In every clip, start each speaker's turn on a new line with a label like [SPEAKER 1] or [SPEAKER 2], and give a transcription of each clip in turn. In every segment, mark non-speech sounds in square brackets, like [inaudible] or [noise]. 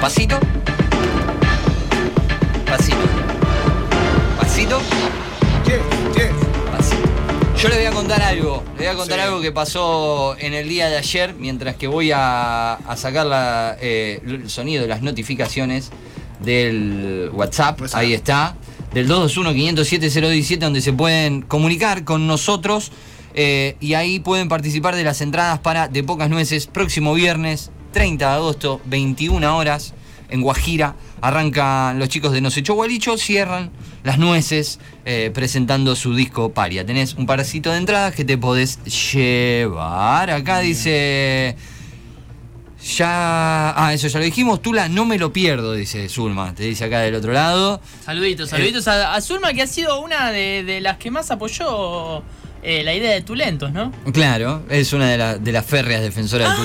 [SPEAKER 1] Pasito. Pasito. Pasito.
[SPEAKER 2] Yes, yes.
[SPEAKER 1] Pasito. Yo les voy a contar algo. Les voy a contar
[SPEAKER 2] Sí.
[SPEAKER 1] algo que pasó en el día de ayer, mientras que voy a, a sacar la, eh, el sonido de las notificaciones del WhatsApp.
[SPEAKER 2] WhatsApp.
[SPEAKER 1] Ahí está. Del 221-507-017, donde se pueden comunicar con nosotros. eh, y ahí pueden participar de las entradas para De Pocas Nueces, próximo viernes, 30 de agosto, 21 horas, en Guajira. Arrancan los chicos de Nos Echó Gualicho, cierran las nueces eh, presentando su disco Paria. Tenés un paracito de entradas que te podés llevar. Acá dice. Ya. Ah, eso ya lo dijimos. Tula, no me lo pierdo, dice Zulma. Te dice acá del otro lado.
[SPEAKER 2] Eh,
[SPEAKER 3] Saluditos, saluditos a, a Zulma, que ha sido una de, de las que más apoyó eh, la idea de Tulentos, ¿no?
[SPEAKER 1] Claro, es una de, la- de las férreas defensoras de
[SPEAKER 3] Ah,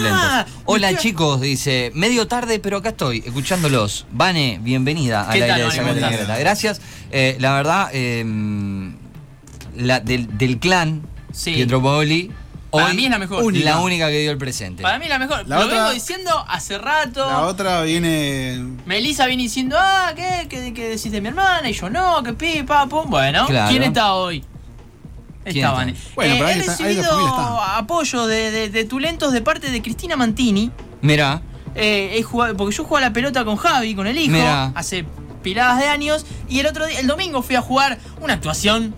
[SPEAKER 1] Tulentos. Hola
[SPEAKER 3] ¿viste?
[SPEAKER 1] chicos, dice, medio tarde, pero acá estoy, escuchándolos. Vane, bienvenida a
[SPEAKER 3] ¿Qué
[SPEAKER 1] la
[SPEAKER 3] tal,
[SPEAKER 1] idea de
[SPEAKER 3] Vane?
[SPEAKER 1] Sangre
[SPEAKER 3] ¿Cómo
[SPEAKER 1] Negra.
[SPEAKER 3] estás?
[SPEAKER 1] Gracias. Eh, la verdad, eh, la del, del clan
[SPEAKER 3] Sí.
[SPEAKER 1] Pietro Paoli,
[SPEAKER 3] Para mí es la mejor.
[SPEAKER 1] única.
[SPEAKER 3] Única.
[SPEAKER 1] La única que dio el presente.
[SPEAKER 3] Para mí la mejor.
[SPEAKER 2] La
[SPEAKER 3] lo
[SPEAKER 2] otra-
[SPEAKER 3] vengo diciendo hace rato.
[SPEAKER 2] La otra viene.
[SPEAKER 3] Melissa viene diciendo, ah, ¿qué? ¿Qué, qué decís de mi hermana? Y yo, no, que pi, pa, pum. Bueno,
[SPEAKER 1] Claro.
[SPEAKER 3] ¿quién está hoy?
[SPEAKER 1] ¿Quién
[SPEAKER 3] Está
[SPEAKER 1] está?
[SPEAKER 3] Vane.
[SPEAKER 2] Bueno,
[SPEAKER 3] Eh,
[SPEAKER 2] pero ahí
[SPEAKER 3] he
[SPEAKER 2] está- ahí la
[SPEAKER 3] recibido
[SPEAKER 2] familia está.
[SPEAKER 3] apoyo de, de, de Tulentos de parte de Cristina Mantini.
[SPEAKER 1] Mirá,
[SPEAKER 3] Eh, he jugado- porque yo jugaba la pelota con Javi, con el hijo,
[SPEAKER 1] Mirá.
[SPEAKER 3] hace piladas de años. Y el otro día, el domingo fui a jugar una actuación.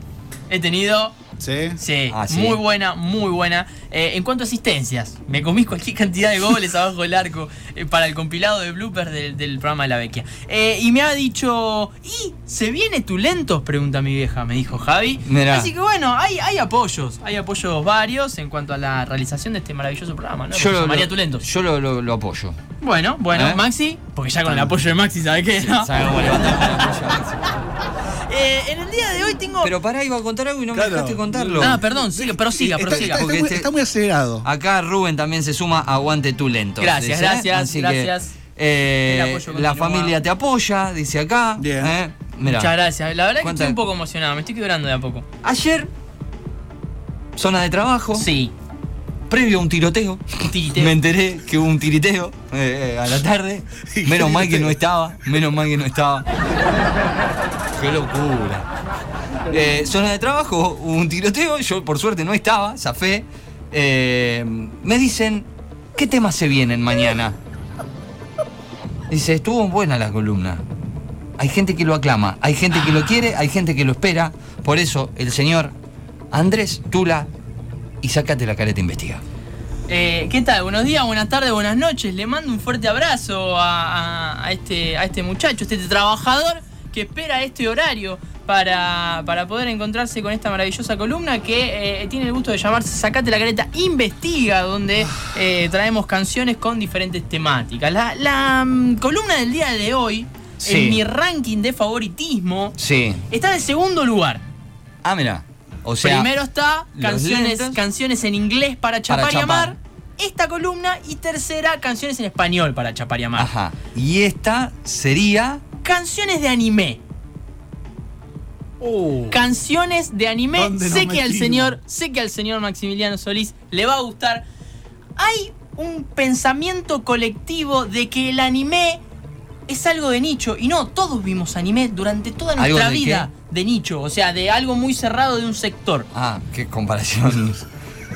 [SPEAKER 3] He tenido,
[SPEAKER 2] Sí.
[SPEAKER 3] sí,
[SPEAKER 1] Ah, ¿sí?
[SPEAKER 3] muy buena, muy buena. Eh, en cuanto a asistencias, me comí cualquier cantidad de goles abajo del arco eh, para el compilado de bloopers del, del programa de la Vecchia. Eh, y me ha dicho, ¿y se viene Tulentos? Pregunta mi vieja, me dijo Javi.
[SPEAKER 1] Mirá.
[SPEAKER 3] Así que bueno, hay, hay apoyos, hay apoyos varios en cuanto a la realización de este maravilloso programa, ¿no? Que se llamaría Tulentos.
[SPEAKER 1] yo lo- lo- lo apoyo.
[SPEAKER 3] Bueno, bueno,
[SPEAKER 1] ¿Eh?
[SPEAKER 3] Maxi, porque ya con el apoyo de Maxi, ¿sabes qué? no?
[SPEAKER 1] ¿Sabes cómo levantar?
[SPEAKER 3] [laughs] Eh, en el día de hoy tengo.
[SPEAKER 1] Pero pará, iba a contar algo y no
[SPEAKER 2] Claro.
[SPEAKER 1] me dejaste contarlo.
[SPEAKER 3] ah, perdón, siga, prosiga, Ah.
[SPEAKER 2] Está, está-
[SPEAKER 3] prosiga.
[SPEAKER 2] está
[SPEAKER 1] porque
[SPEAKER 2] muy,
[SPEAKER 1] te-
[SPEAKER 2] está muy acelerado.
[SPEAKER 1] Acá Rubén también se suma, aguante tu lento.
[SPEAKER 3] Gracias, gracias, gracias.
[SPEAKER 1] eh,
[SPEAKER 3] El apoyo
[SPEAKER 1] la
[SPEAKER 3] continúa.
[SPEAKER 1] familia te apoya, dice acá.
[SPEAKER 2] Bien.
[SPEAKER 1] eh, mirá.
[SPEAKER 3] Muchas gracias. La verdad que
[SPEAKER 1] ¿Cuánta-
[SPEAKER 3] estoy un poco emocionado, me estoy quebrando de a poco.
[SPEAKER 1] Ayer, zona de trabajo,
[SPEAKER 3] Sí,
[SPEAKER 1] previo a un tiroteo.
[SPEAKER 3] un
[SPEAKER 1] [laughs]
[SPEAKER 3] tiriteo.
[SPEAKER 1] Me enteré que hubo un tiriteo eh, a la tarde. Menos mal que no estaba, menos mal que no estaba. Qué locura. Eh, zona de trabajo, hubo un tiroteo, yo por suerte no estaba, zafé. Eh, me dicen, ¿qué temas se vienen mañana? Dice, estuvo buena la columna. Hay gente que lo aclama, hay gente que lo quiere, hay gente que lo espera. Por eso el señor Andrés Tula y sácate la careta e investiga.
[SPEAKER 3] Eh, ¿Qué tal? Buenos días, buenas tardes, buenas noches. Le mando un fuerte abrazo a, a- a este, a este muchacho, este trabajador que espera este horario para, para poder encontrarse con esta maravillosa columna que eh, tiene el gusto de llamarse Sacate la careta Investiga, donde eh, traemos canciones con diferentes temáticas. La, la, mm, columna del día de hoy,
[SPEAKER 1] Sí.
[SPEAKER 3] en mi ranking de favoritismo,
[SPEAKER 1] Sí.
[SPEAKER 3] está en el segundo lugar.
[SPEAKER 1] Ah, mira. O sea,
[SPEAKER 3] Primero está
[SPEAKER 1] los
[SPEAKER 3] canciones,
[SPEAKER 1] lentes.
[SPEAKER 3] canciones en inglés para chapar y
[SPEAKER 1] chapar.
[SPEAKER 3] amar. Esta columna. Y tercera, canciones en español para chapar y amar.
[SPEAKER 1] ajá. Y esta sería
[SPEAKER 3] Canciones de anime. Canciones de anime.
[SPEAKER 2] ¿Dónde nos
[SPEAKER 3] Sé que al
[SPEAKER 2] metimos?
[SPEAKER 3] señor, sé que al señor Maximiliano Solís le va a gustar. Hay un pensamiento colectivo de que el anime es algo de nicho y no, todos vimos anime durante toda
[SPEAKER 1] ¿Algo
[SPEAKER 3] nuestra
[SPEAKER 1] de qué?
[SPEAKER 3] vida de nicho, o sea, de algo muy cerrado de un sector.
[SPEAKER 1] Ah, qué comparación.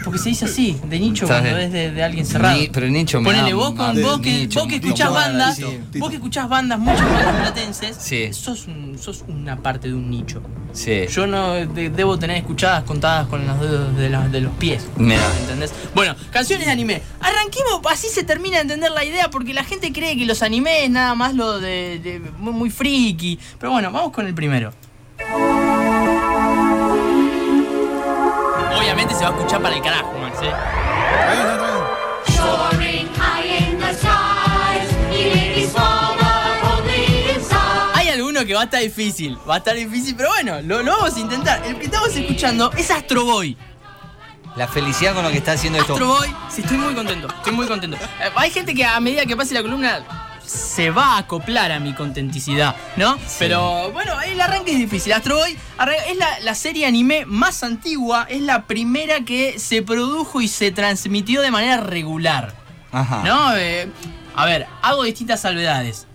[SPEAKER 3] Porque se dice así, de nicho,
[SPEAKER 1] Está
[SPEAKER 3] cuando
[SPEAKER 1] bien.
[SPEAKER 3] es de, de alguien cerrado.
[SPEAKER 1] Ni- pero Nicho me
[SPEAKER 3] Ponele
[SPEAKER 1] da
[SPEAKER 3] vos, con,
[SPEAKER 1] mal-
[SPEAKER 3] vos, que,
[SPEAKER 1] Nicho,
[SPEAKER 3] vos que
[SPEAKER 1] Nicho,
[SPEAKER 3] escuchás
[SPEAKER 1] bueno,
[SPEAKER 3] bandas,
[SPEAKER 1] sí.
[SPEAKER 3] vos que escuchás bandas, muchas bandas platenses,
[SPEAKER 1] Sí.
[SPEAKER 3] sos, un- sos una parte de un nicho.
[SPEAKER 1] Sí.
[SPEAKER 3] Yo no de- debo tener escuchadas contadas con los dedos de, la- de los pies.
[SPEAKER 1] Mirá.
[SPEAKER 3] ¿Entendés? Bueno, canciones de anime. Arranquemos, así se termina de entender la idea, porque la gente cree que los animes es nada más lo de, de- muy, muy friki. Pero bueno, vamos con el primero. Obviamente se va a escuchar para el carajo, Max, ¿eh?
[SPEAKER 2] Está bien, está bien.
[SPEAKER 4] Soaring high in the skies, it is smaller only inside.
[SPEAKER 3] Hay alguno que va a estar difícil, va a estar difícil, pero bueno, lo, lo vamos a intentar. El que estamos escuchando es Astro Boy.
[SPEAKER 1] La felicidad con lo que está haciendo esto.
[SPEAKER 3] Astro Boy, sí, estoy muy contento, estoy muy contento. Eh, hay gente que a medida que pase la columna se va a acoplar a mi contenticidad, ¿no? Pero bueno, el arranque es difícil. Astro Boy arran- es la, la serie anime más antigua, es la primera que se produjo y se transmitió de manera regular.
[SPEAKER 1] Ajá.
[SPEAKER 3] ¿No? Eh, a ver, hago distintas salvedades.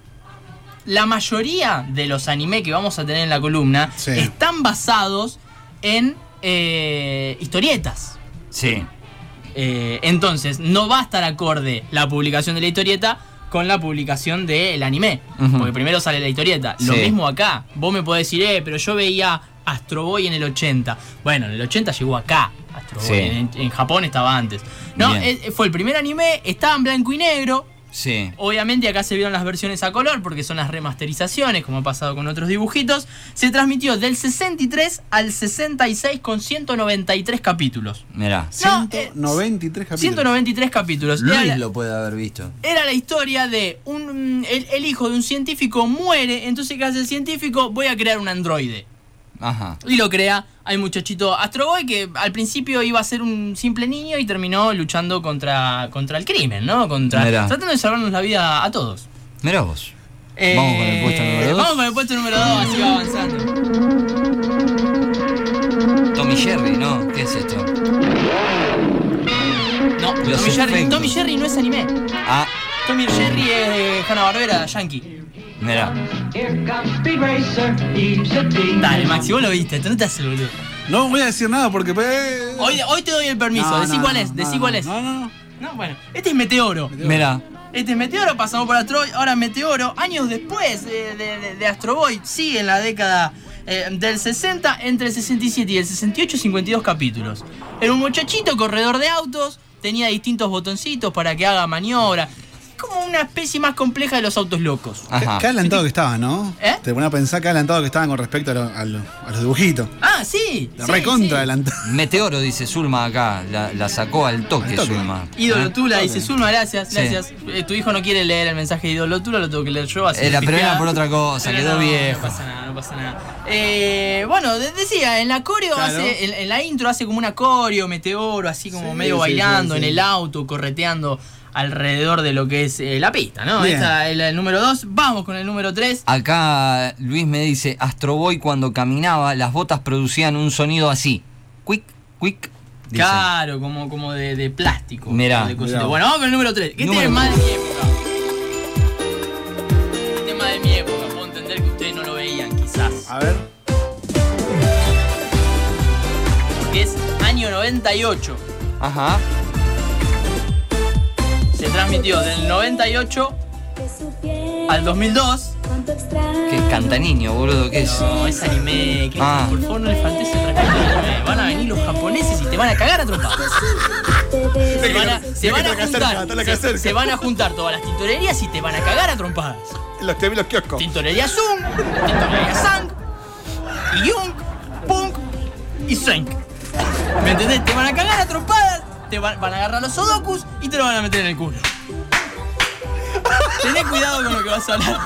[SPEAKER 3] la mayoría de los anime que vamos a tener en la columna
[SPEAKER 2] Sí.
[SPEAKER 3] están basados en eh, historietas.
[SPEAKER 1] Sí.
[SPEAKER 3] Eh, entonces, no va a estar acorde la publicación de la historieta con la publicación del anime.
[SPEAKER 1] Ujú.
[SPEAKER 3] Porque primero sale la historieta. Lo
[SPEAKER 1] Sí.
[SPEAKER 3] mismo acá. Vos me podés decir, eh, pero yo veía Astro Boy en el 80. Bueno, en el 80 llegó acá. Astro Boy.
[SPEAKER 1] Sí.
[SPEAKER 3] En, en Japón estaba antes. No,
[SPEAKER 1] Bien.
[SPEAKER 3] eh, fue el primer anime, estaba en blanco y negro.
[SPEAKER 1] Sí.
[SPEAKER 3] Obviamente acá se vieron las versiones a color porque son las remasterizaciones, como ha pasado con otros dibujitos. Se transmitió del 63 al 66 con 193 capítulos.
[SPEAKER 1] Mirá.
[SPEAKER 3] No, eh,
[SPEAKER 2] 193 capítulos.
[SPEAKER 3] 193 capítulos. Era,
[SPEAKER 1] Luis
[SPEAKER 3] la-
[SPEAKER 1] lo puede haber visto.
[SPEAKER 3] era la historia de un el, el hijo de un científico muere, entonces ¿qué hace el científico? Voy a crear un androide.
[SPEAKER 1] Ajá.
[SPEAKER 3] Y lo crea al muchachito Astro Boy que al principio iba a ser un simple niño y terminó luchando contra, contra el crimen, ¿no? Contra,
[SPEAKER 1] Mirá.
[SPEAKER 3] tratando de salvarnos la vida a todos.
[SPEAKER 1] Mirá vos. Vamos con el puesto número dos.
[SPEAKER 3] Eh, Vamos con el puesto número 2, así va avanzando.
[SPEAKER 1] Tommy Jerry, ¿no? ¿Qué es esto?
[SPEAKER 3] No,
[SPEAKER 1] Los
[SPEAKER 3] Tommy Jerry,
[SPEAKER 1] efectos.
[SPEAKER 3] Tommy Jerry no es anime.
[SPEAKER 1] Ah,
[SPEAKER 3] Tommy Jerry es de Hanna Barbera, Yankee.
[SPEAKER 1] mirá.
[SPEAKER 5] Here comes Speed Racer, he's a demon.
[SPEAKER 3] Dale, Maxi, vos lo viste, tú no te haces el boludo.
[SPEAKER 2] No voy a decir nada porque. eh,
[SPEAKER 3] Hoy, hoy te doy el permiso,
[SPEAKER 2] no,
[SPEAKER 3] decí
[SPEAKER 2] no,
[SPEAKER 3] cuál
[SPEAKER 2] no,
[SPEAKER 3] es,
[SPEAKER 2] no,
[SPEAKER 3] decí
[SPEAKER 2] no,
[SPEAKER 3] cuál es.
[SPEAKER 2] No, no, no.
[SPEAKER 3] No, bueno, este es Meteoro.
[SPEAKER 1] Mirá.
[SPEAKER 3] Este es Meteoro, pasamos por Astro Boy, ahora Meteoro, años después de, de- de- de Astro Boy, sí, en la década eh, del 60, entre el 67 y el 68, 52 capítulos. Era un muchachito corredor de autos, tenía distintos botoncitos para que haga maniobra, como una especie más compleja de los autos locos.
[SPEAKER 1] Ajá.
[SPEAKER 2] Qué adelantado que estaba, ¿no?
[SPEAKER 3] ¿Eh?
[SPEAKER 2] Te ponés a pensar qué adelantado que estaban con respecto a, lo- a lo- a los dibujitos.
[SPEAKER 3] Ah, sí.
[SPEAKER 2] La
[SPEAKER 3] sí,
[SPEAKER 2] recontra
[SPEAKER 3] sí.
[SPEAKER 2] adelantado.
[SPEAKER 1] Meteoro, dice Zulma acá. La, la sacó al toque,
[SPEAKER 2] Al toque.
[SPEAKER 1] Zulma.
[SPEAKER 3] Ídolo
[SPEAKER 1] ¿Eh?
[SPEAKER 2] Ah,
[SPEAKER 3] Tula dice, Zulma, gracias,
[SPEAKER 1] Sí.
[SPEAKER 3] gracias. Eh, tu hijo no quiere leer el mensaje de Ídolo Tula, lo tengo que leer yo así.
[SPEAKER 1] Era,
[SPEAKER 3] que
[SPEAKER 1] pero era
[SPEAKER 3] fijá.
[SPEAKER 1] Eh, por otra cosa,
[SPEAKER 3] Pero
[SPEAKER 1] quedó
[SPEAKER 3] no,
[SPEAKER 1] viejo.
[SPEAKER 3] No pasa nada, no pasa nada. Eh, bueno, de- decía, en la coreo
[SPEAKER 2] Claro.
[SPEAKER 3] hace, en, en la intro hace como una coreo, meteoro, así como
[SPEAKER 2] Sí,
[SPEAKER 3] medio
[SPEAKER 2] sí,
[SPEAKER 3] bailando
[SPEAKER 2] sí, sí.
[SPEAKER 3] en el auto, correteando alrededor de lo que es eh, la pista, ¿no?
[SPEAKER 2] Bien.
[SPEAKER 3] Esta es la- el número 2. Vamos con el número 3.
[SPEAKER 1] Acá Luis me dice, Astro Boy cuando caminaba, las botas producían un sonido así. Quick, quick. dice.
[SPEAKER 3] Claro, como, como de, de plástico.
[SPEAKER 1] Mirá,
[SPEAKER 3] de cosita.
[SPEAKER 2] mirá.
[SPEAKER 3] Bueno, vamos con el número 3. ¿Qué
[SPEAKER 1] Número
[SPEAKER 3] tema más de
[SPEAKER 1] tres.
[SPEAKER 3] mi época? ¿Qué tema de mi época? Puedo entender que ustedes no lo veían, quizás.
[SPEAKER 2] A ver.
[SPEAKER 3] Que es año 98.
[SPEAKER 1] Ajá.
[SPEAKER 3] Se transmitió del 98 al 2002.
[SPEAKER 1] Qué cantaniño, boludo, ¿qué es?
[SPEAKER 3] No, es anime. que-
[SPEAKER 1] Ah.
[SPEAKER 3] Por favor, no le faltes el respeto al anime. Van a venir los japoneses y te van a cagar a trompadas. [laughs] Se van a, se van a juntar. se- Se, van a juntar todas las tintorerías y te van a cagar a trompadas.
[SPEAKER 2] Los que vi los kioscos.
[SPEAKER 3] Tintorería Zung, Tintorería Sang, Yung, Punk y Senk. ¿Me entendés? Te van a cagar a trompadas, te van, van a agarrar los Sudokus y te lo van a meter en el culo. Tené cuidado con lo que vas a hablar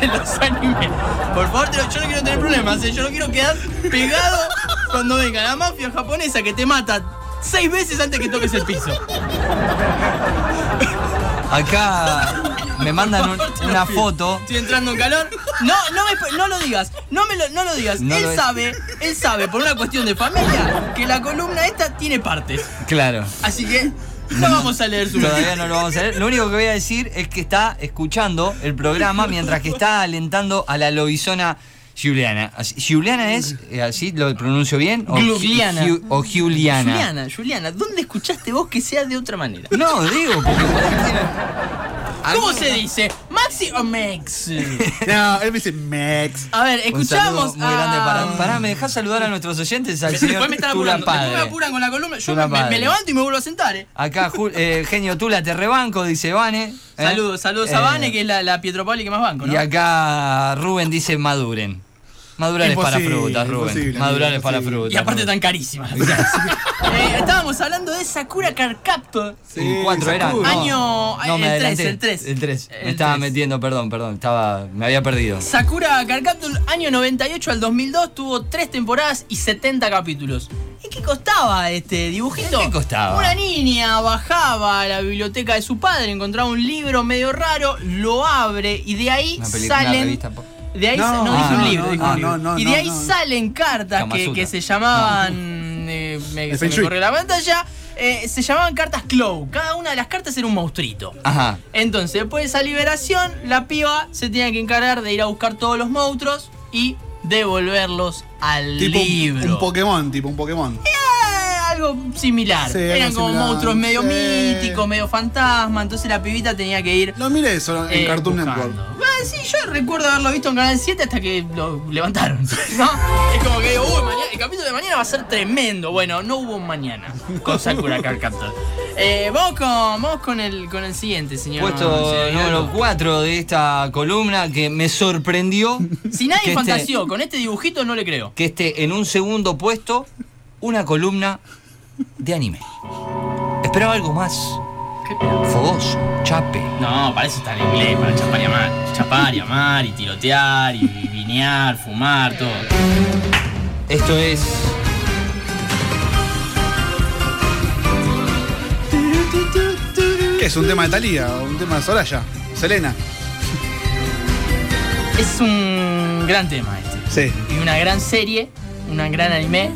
[SPEAKER 3] de los animes. Por favor, te lo- yo no quiero tener problemas, ¿eh? yo no quiero quedar pegado cuando venga la mafia japonesa que te mata seis veces antes que toques el piso.
[SPEAKER 1] Acá me mandan un-
[SPEAKER 3] Por favor, te lo
[SPEAKER 1] una
[SPEAKER 3] pido.
[SPEAKER 1] foto.
[SPEAKER 3] Estoy entrando en calor. No, no, me- no lo digas. No me lo, no lo digas.
[SPEAKER 1] No
[SPEAKER 3] él
[SPEAKER 1] lo es.
[SPEAKER 3] sabe, él sabe, por una cuestión de familia, que la columna esta tiene partes.
[SPEAKER 1] Claro.
[SPEAKER 3] Así que no vamos a leer su
[SPEAKER 1] Todavía no lo vamos a ver. Lo único que voy a decir es que está escuchando el programa mientras que está alentando a la lobizona Giuliana. Así- ¿Giuliana es? eh, ¿Así lo pronuncio bien? O, Gi-
[SPEAKER 3] Giuliana.
[SPEAKER 1] Giu- o Giuliana.
[SPEAKER 3] Juliana, Juliana, ¿dónde escuchaste vos que sea de otra manera?
[SPEAKER 1] No, digo, porque por ahí tiene-
[SPEAKER 3] ¿Cómo se dice? ¿Maxi o Mex?
[SPEAKER 2] No, él me dice Mex.
[SPEAKER 3] A ver,
[SPEAKER 1] [laughs] Un
[SPEAKER 3] escuchamos.
[SPEAKER 1] saludo muy grande
[SPEAKER 3] a-
[SPEAKER 1] para. Pará, me dejás saludar a nuestros oyentes al
[SPEAKER 3] Después
[SPEAKER 1] señor
[SPEAKER 3] me están
[SPEAKER 1] Tula
[SPEAKER 3] apurando. Después me
[SPEAKER 1] Padre.
[SPEAKER 3] apuran con la columna. Yo
[SPEAKER 1] Tula
[SPEAKER 3] me, me- me
[SPEAKER 1] padre.
[SPEAKER 3] levanto y me vuelvo a sentar, eh.
[SPEAKER 1] Acá, Ju- eh, genio Tula, te rebanco, dice Vane. ¿eh?
[SPEAKER 3] Saludos, saludos
[SPEAKER 1] Eh,
[SPEAKER 3] a Vane, que es la, la Pietropoli que más banco, ¿no?
[SPEAKER 1] Y acá Rubén dice maduren. Madurales para
[SPEAKER 2] Imposible,
[SPEAKER 1] frutas, Rubén.
[SPEAKER 2] imposible,
[SPEAKER 1] Madurales
[SPEAKER 2] amigo,
[SPEAKER 1] para
[SPEAKER 2] imposible.
[SPEAKER 1] frutas.
[SPEAKER 3] Y aparte
[SPEAKER 1] Rubén.
[SPEAKER 3] tan carísimas. Eh, estábamos hablando de Sakura Carcaptor.
[SPEAKER 1] El 4 era.
[SPEAKER 2] Sakura.
[SPEAKER 3] Año- eh, el
[SPEAKER 1] me
[SPEAKER 3] tres,
[SPEAKER 1] adelanté.
[SPEAKER 3] el tres.
[SPEAKER 1] El 3.
[SPEAKER 3] El
[SPEAKER 1] Me estaba
[SPEAKER 3] tres.
[SPEAKER 1] metiendo, perdón, perdón. Estaba, me había perdido.
[SPEAKER 3] Sakura Carcaptor, año 98 al 2002, tuvo tres temporadas y 70 capítulos. ¿Y qué costaba este dibujito?
[SPEAKER 1] ¿Qué costaba?
[SPEAKER 3] Una niña bajaba a la biblioteca de su padre, encontraba un libro medio raro, lo abre y de ahí
[SPEAKER 1] Una película, una
[SPEAKER 3] salen.
[SPEAKER 1] revista. po-
[SPEAKER 3] De ahí sa- no,
[SPEAKER 2] No,
[SPEAKER 3] dijo
[SPEAKER 1] no,
[SPEAKER 3] un libro,
[SPEAKER 2] no,
[SPEAKER 3] dijo un
[SPEAKER 2] no,
[SPEAKER 3] libro.
[SPEAKER 2] no,
[SPEAKER 3] y
[SPEAKER 2] no,
[SPEAKER 3] de ahí
[SPEAKER 2] no.
[SPEAKER 3] salen cartas que,
[SPEAKER 1] Kamasutra.
[SPEAKER 3] que se llamaban. eh, me,
[SPEAKER 2] El
[SPEAKER 3] se me
[SPEAKER 2] Feng Shui.
[SPEAKER 3] corrió la pantalla. eh, se llamaban cartas Clow. Cada una de las cartas era un monstruito.
[SPEAKER 1] Ajá.
[SPEAKER 3] Entonces, después de esa liberación, la piba se tenía que encargar de ir a buscar todos los monstruos y devolverlos al
[SPEAKER 2] Tipo un-
[SPEAKER 3] libro.
[SPEAKER 2] un Pokémon, tipo un Pokémon.
[SPEAKER 3] Eh, algo similar.
[SPEAKER 2] Sí,
[SPEAKER 3] Eran
[SPEAKER 2] algo
[SPEAKER 3] como
[SPEAKER 2] similar.
[SPEAKER 3] monstruos medio
[SPEAKER 2] Sí.
[SPEAKER 3] míticos, medio fantasma. Entonces la pibita tenía que ir.
[SPEAKER 2] Lo miré eso en
[SPEAKER 3] eh,
[SPEAKER 2] Cartoon
[SPEAKER 3] buscando.
[SPEAKER 2] Network.
[SPEAKER 3] Ah, sí, yo recuerdo haberlo visto en Canal 7 hasta que lo levantaron. [laughs] ¿no? Es como que digo, uy, mañana- el capítulo de mañana va a ser tremendo. Bueno, no hubo un mañana con Sakura Card Captor. Eh, vamos, con, vamos con el con el siguiente, señor.
[SPEAKER 1] Puesto
[SPEAKER 3] señor
[SPEAKER 1] número
[SPEAKER 3] Gato.
[SPEAKER 1] 4 de esta columna que me
[SPEAKER 2] [laughs]
[SPEAKER 1] sorprendió
[SPEAKER 3] Si nadie
[SPEAKER 1] que este-
[SPEAKER 3] fantaseó con este dibujito, no le creo.
[SPEAKER 1] que esté en un segundo puesto una columna de anime. Esperaba algo más fogoso, chape.
[SPEAKER 3] No, para eso está el inglés, para chapar y amar. Chapar y amar, y tirotear, y vinear, fumar, todo.
[SPEAKER 1] Esto es.
[SPEAKER 2] ¿Qué es? ¿Un tema de Talía? ¿Un tema de Soraya? ¿Selena?
[SPEAKER 3] Es un gran tema este.
[SPEAKER 2] Sí.
[SPEAKER 3] Y una gran serie, una gran anime.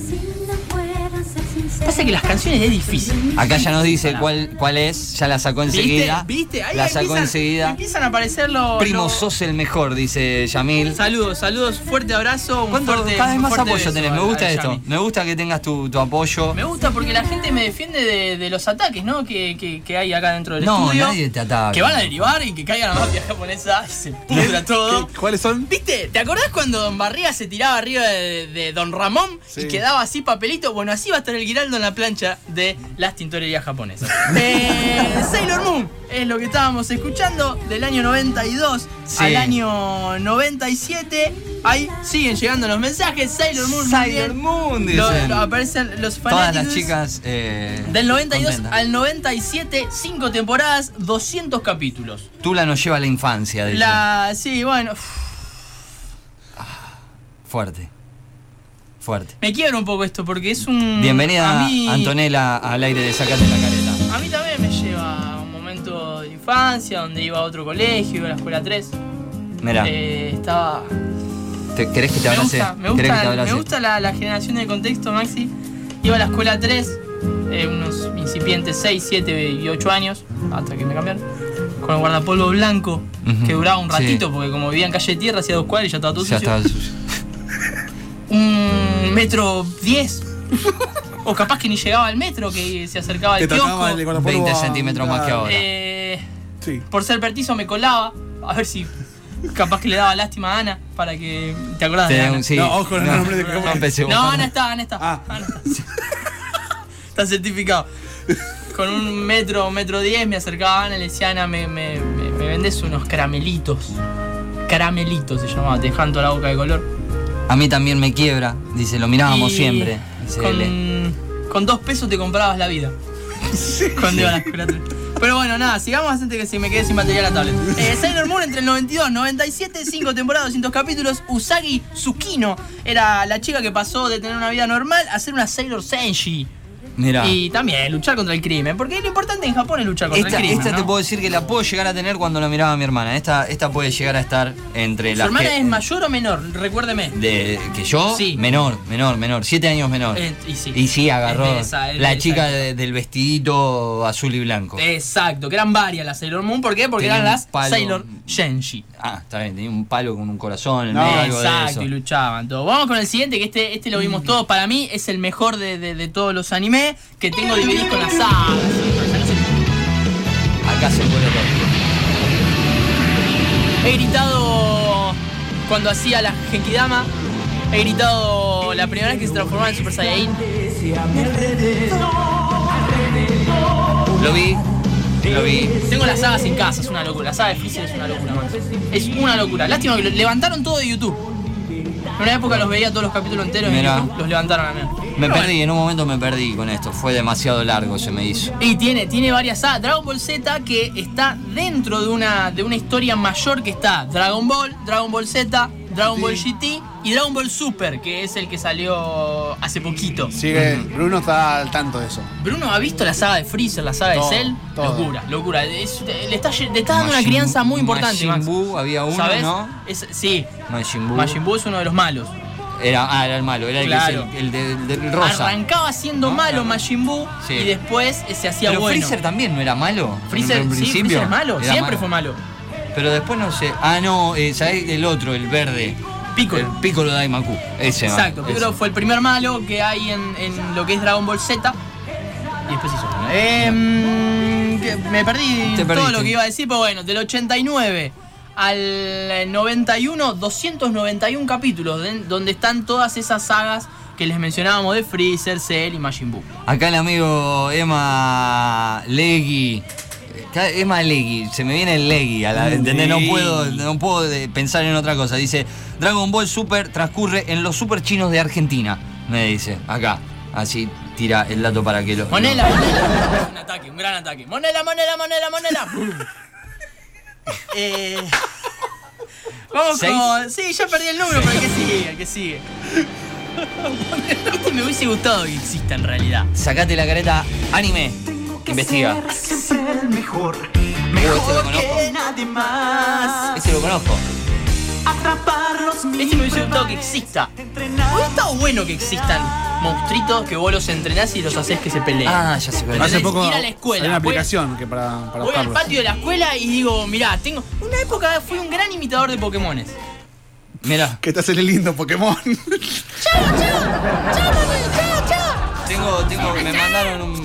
[SPEAKER 3] Pasa que las canciones es difícil.
[SPEAKER 1] Acá ya nos dice cuál, cuál es, ya la sacó
[SPEAKER 3] ¿Viste?
[SPEAKER 1] enseguida.
[SPEAKER 3] ¿Viste? Ahí
[SPEAKER 1] La sacó
[SPEAKER 3] empiezan,
[SPEAKER 1] enseguida.
[SPEAKER 3] Empiezan a aparecer los.
[SPEAKER 1] Primo,
[SPEAKER 3] los-
[SPEAKER 1] sos el mejor, dice Yamil.
[SPEAKER 3] Saludos, saludos, fuerte abrazo. Un
[SPEAKER 1] ¿Cuánto-
[SPEAKER 3] fuerte,
[SPEAKER 1] cada vez
[SPEAKER 3] un
[SPEAKER 1] más
[SPEAKER 3] fuerte
[SPEAKER 1] apoyo
[SPEAKER 3] beso
[SPEAKER 1] tenés,
[SPEAKER 3] a-
[SPEAKER 1] me
[SPEAKER 3] a
[SPEAKER 1] gusta
[SPEAKER 3] Yami.
[SPEAKER 1] esto. Me gusta que tengas tu, tu apoyo.
[SPEAKER 3] Me gusta porque la gente me defiende de, de los ataques, ¿no? Que, que- que hay acá dentro del
[SPEAKER 1] No,
[SPEAKER 3] estudio.
[SPEAKER 1] nadie te ataca.
[SPEAKER 3] Que van a derivar y que caiga la mafia japonesa
[SPEAKER 1] [laughs]
[SPEAKER 3] y se pudra todo.
[SPEAKER 2] ¿Qué- ¿Cuáles son?
[SPEAKER 3] ¿Viste? ¿Te acordás cuando Don Barriga se tiraba arriba de, de Don Ramón
[SPEAKER 2] Sí.
[SPEAKER 3] y quedaba así papelito? Bueno, así va a estar el Giraldo en la plancha de las tintorerías
[SPEAKER 1] [laughs]
[SPEAKER 3] japonesas. Eh, Sailor Moon es lo que estábamos escuchando del año 92
[SPEAKER 1] Sí.
[SPEAKER 3] al año 97. Ahí siguen llegando los mensajes. Sailor Moon. muy
[SPEAKER 1] Sailor
[SPEAKER 3] bien.
[SPEAKER 1] Moon,
[SPEAKER 3] Lo-
[SPEAKER 1] dicen.
[SPEAKER 3] lo- aparecen los fanáticos.
[SPEAKER 1] Todas las chicas. eh,
[SPEAKER 3] Del 92
[SPEAKER 1] contentas.
[SPEAKER 3] al 97, 5 temporadas, 200 capítulos.
[SPEAKER 1] Tula nos lleva a la infancia, dice.
[SPEAKER 3] La. Sí, bueno. uf,
[SPEAKER 1] Fuerte. Fuerte.
[SPEAKER 3] Me quiebra un poco esto porque es un.
[SPEAKER 1] Bienvenida,
[SPEAKER 3] Mm, a mí-
[SPEAKER 1] Antonella, al aire de Sacate la Careta.
[SPEAKER 3] A mí también me lleva a un momento de infancia donde iba a otro colegio, iba a la escuela 3.
[SPEAKER 1] Mirá,
[SPEAKER 3] Eh, estaba.
[SPEAKER 1] te- ¿querés que te
[SPEAKER 3] Me
[SPEAKER 1] abrace?
[SPEAKER 3] gusta, me
[SPEAKER 1] ¿Querés que
[SPEAKER 3] gusta,
[SPEAKER 1] te
[SPEAKER 3] me
[SPEAKER 1] abrace?
[SPEAKER 3] gusta la, la generación del contexto, Maxi. Iba a la escuela 3, eh, unos incipientes 6, 7 y 8 años, hasta que me cambiaron. Con el guardapolvo blanco,
[SPEAKER 1] Ujú,
[SPEAKER 3] que duraba un
[SPEAKER 1] sí.
[SPEAKER 3] ratito, porque como vivía en calle Tierra, hacía dos cuadras y ya estaba todo
[SPEAKER 1] Ya
[SPEAKER 3] sucio.
[SPEAKER 1] estaba sucio.
[SPEAKER 3] un metro 10. o capaz que ni llegaba al metro, que se acercaba al
[SPEAKER 2] Te
[SPEAKER 3] kiosco.
[SPEAKER 2] tocaba el guardapolvo
[SPEAKER 1] 20
[SPEAKER 2] a-
[SPEAKER 1] centímetros más que ahora.
[SPEAKER 3] Eh,
[SPEAKER 2] Sí.
[SPEAKER 3] por ser pertizo me colaba, a ver si capaz que le daba lástima a Ana para que. ¿Te acordás de
[SPEAKER 1] Tenés
[SPEAKER 3] Ana?
[SPEAKER 1] un- sí.
[SPEAKER 2] No, ojo, no, nombre de
[SPEAKER 1] no empecemos.
[SPEAKER 3] Ah, No, Ana está, Ana está.
[SPEAKER 2] Ah.
[SPEAKER 3] Ana está. Está certificado. Con un metro, metro diez me acercaba a Ana y le decía, Ana, me, me, me- me vendés unos caramelitos. Caramelitos se llamaba, te dejan toda la boca de color.
[SPEAKER 1] A mí también me quiebra, dice, lo mirábamos
[SPEAKER 3] Y
[SPEAKER 1] siempre. dice L.
[SPEAKER 3] Con, con dos pesos te comprabas la vida. Cuando iba a la escuela. Pero bueno, nada, sigamos antes que se me quede sin material la tablet. Eh, Sailor Moon entre el 92 97, 5 temporadas, 200 capítulos. Usagi Tsukino era la chica que pasó de tener una vida normal a ser una Sailor Senshi.
[SPEAKER 1] Mirá.
[SPEAKER 3] Y también luchar contra el crimen, porque lo importante en Japón es luchar contra
[SPEAKER 1] Esta,
[SPEAKER 3] el crimen.
[SPEAKER 1] esta te
[SPEAKER 3] ¿no?
[SPEAKER 1] puedo decir que la puedo llegar a tener cuando la miraba mi hermana. Esta, esta puede llegar a estar entre
[SPEAKER 3] ¿Su
[SPEAKER 1] las
[SPEAKER 3] hermana
[SPEAKER 1] que,
[SPEAKER 3] es mayor o menor? Recuérdeme.
[SPEAKER 1] de- que yo,
[SPEAKER 3] Sí.
[SPEAKER 1] menor, menor, menor, siete años menor.
[SPEAKER 3] Eh, y sí.
[SPEAKER 1] agarró
[SPEAKER 3] Es de esa, es de
[SPEAKER 1] la
[SPEAKER 3] esa.
[SPEAKER 1] chica de- del vestidito azul y blanco.
[SPEAKER 3] Exacto, que eran varias las Sailor Moon. ¿Por qué? Porque
[SPEAKER 1] Tenía un
[SPEAKER 3] eran las
[SPEAKER 1] palo-
[SPEAKER 3] Sailor Senshi.
[SPEAKER 1] Ah, está bien, tenía un palo con un corazón, en el
[SPEAKER 2] No,
[SPEAKER 1] medio, algo de
[SPEAKER 3] Exacto,
[SPEAKER 1] eso. Mm.
[SPEAKER 3] y luchaban todo. Vamos con el siguiente, que este, este lo vimos todos. Para mí es el mejor de, de- de todos los animes que tengo dividido con las sagas.
[SPEAKER 1] Acá se pone todo.
[SPEAKER 3] He gritado cuando hacía la Genkidama. He gritado la primera vez que se transformaba en Super Saiyajin.
[SPEAKER 1] Lo vi, lo vi.
[SPEAKER 3] Tengo las sagas en casa, es una locura. La saga de Freezer es una locura, Max. Es una locura. Lástima que lo levantaron todo de YouTube. En una época los veía todos los capítulos enteros en
[SPEAKER 1] Mirá.
[SPEAKER 3] YouTube, los levantaron a mí.
[SPEAKER 1] Me
[SPEAKER 3] Pero bueno.
[SPEAKER 1] perdí, en un momento me perdí con esto. Fue demasiado largo, se me hizo.
[SPEAKER 3] Y tiene, tiene varias sagas. Dragon Ball Z que está dentro de una, de una historia mayor que está Dragon Ball, Dragon Ball Z, Dragon Ball GT y Dragon Ball Super, que es el que salió hace poquito.
[SPEAKER 2] Sigue, Bruno está al tanto de eso.
[SPEAKER 3] Bruno ha visto la saga de Freezer, la saga
[SPEAKER 2] Todo,
[SPEAKER 3] de Cell.
[SPEAKER 2] todo.
[SPEAKER 3] Locura, locura. Es- le está, lle- le está dando una
[SPEAKER 1] Majin-
[SPEAKER 3] crianza muy importante,
[SPEAKER 1] Majin
[SPEAKER 3] Max.
[SPEAKER 1] Buu, había uno,
[SPEAKER 3] ¿Sabes?
[SPEAKER 1] ¿no?
[SPEAKER 3] Es- sí,
[SPEAKER 1] Majin Buu.
[SPEAKER 3] Majin Buu es uno de los malos.
[SPEAKER 1] Era, ah, era el malo, era el que es
[SPEAKER 3] Claro.
[SPEAKER 1] el, el de- del rosa.
[SPEAKER 3] Arrancaba siendo
[SPEAKER 1] No,
[SPEAKER 3] malo
[SPEAKER 1] no.
[SPEAKER 3] Majin Buu
[SPEAKER 1] Sí.
[SPEAKER 3] y después eh, se hacía
[SPEAKER 1] Pero
[SPEAKER 3] bueno.
[SPEAKER 1] Freezer también no era malo.
[SPEAKER 3] Freezer,
[SPEAKER 1] en
[SPEAKER 3] sí,
[SPEAKER 1] principio.
[SPEAKER 3] Freezer es malo,
[SPEAKER 1] Era
[SPEAKER 3] siempre fue malo.
[SPEAKER 1] Pero después no sé. Ah, no, eh, ¿sabés el otro, el verde?
[SPEAKER 3] Piccolo.
[SPEAKER 1] El Piccolo Daimaku. Ese va,
[SPEAKER 3] Exacto,
[SPEAKER 1] ese.
[SPEAKER 3] Piccolo fue el primer malo que hay en, en lo que es Dragon Ball Z. Y después hizo. bueno. Eh, mm, que me perdí
[SPEAKER 1] Te
[SPEAKER 3] todo
[SPEAKER 1] perdiste.
[SPEAKER 3] lo que iba a decir, pero bueno, del 89 al eh, 91, 291 capítulos, de- donde están todas esas sagas que les mencionábamos de Freezer, Cell y Majin Buu.
[SPEAKER 1] Acá el amigo Emma Legui. Ca- Emma Legui, se me viene el Legui, a la, ¿entendés? No
[SPEAKER 2] Legui.
[SPEAKER 1] puedo, no puedo de- pensar en otra cosa. Dice, Dragon Ball Super transcurre en los super chinos de Argentina, me dice, acá. Así tira el dato para que lo...
[SPEAKER 3] Monela, monela. Un ataque, un gran ataque. Monela, monela, monela, monela. Boom. Eh, vamos
[SPEAKER 1] ¿Seis?
[SPEAKER 3] con. Sí, ya perdí el número, pero el que sigue, el que sigue. Este me hubiese gustado que exista en realidad.
[SPEAKER 1] Sacate la careta, anime, investiga. Uy, este lo conozco,
[SPEAKER 6] nadie más.
[SPEAKER 1] este lo conozco.
[SPEAKER 6] Atraparlos
[SPEAKER 3] Este me hubiese gustado que exista. Hubiera estado bueno que existan monstruitos que vos los entrenás y los haces que se peleen.
[SPEAKER 1] Ah, ya se ve.
[SPEAKER 3] Hace
[SPEAKER 2] Hace
[SPEAKER 3] ir
[SPEAKER 2] poco
[SPEAKER 3] a la escuela,
[SPEAKER 2] hay una
[SPEAKER 3] voy a-
[SPEAKER 2] aplicación que para, para
[SPEAKER 3] Voy al
[SPEAKER 2] buscarlos.
[SPEAKER 3] patio de la escuela y digo, mirá, tengo. Una época fui un gran imitador de Pokémones.
[SPEAKER 1] Mira,
[SPEAKER 2] Que te hace el lindo Pokémon. [laughs]
[SPEAKER 1] tengo, tengo, me mandaron un...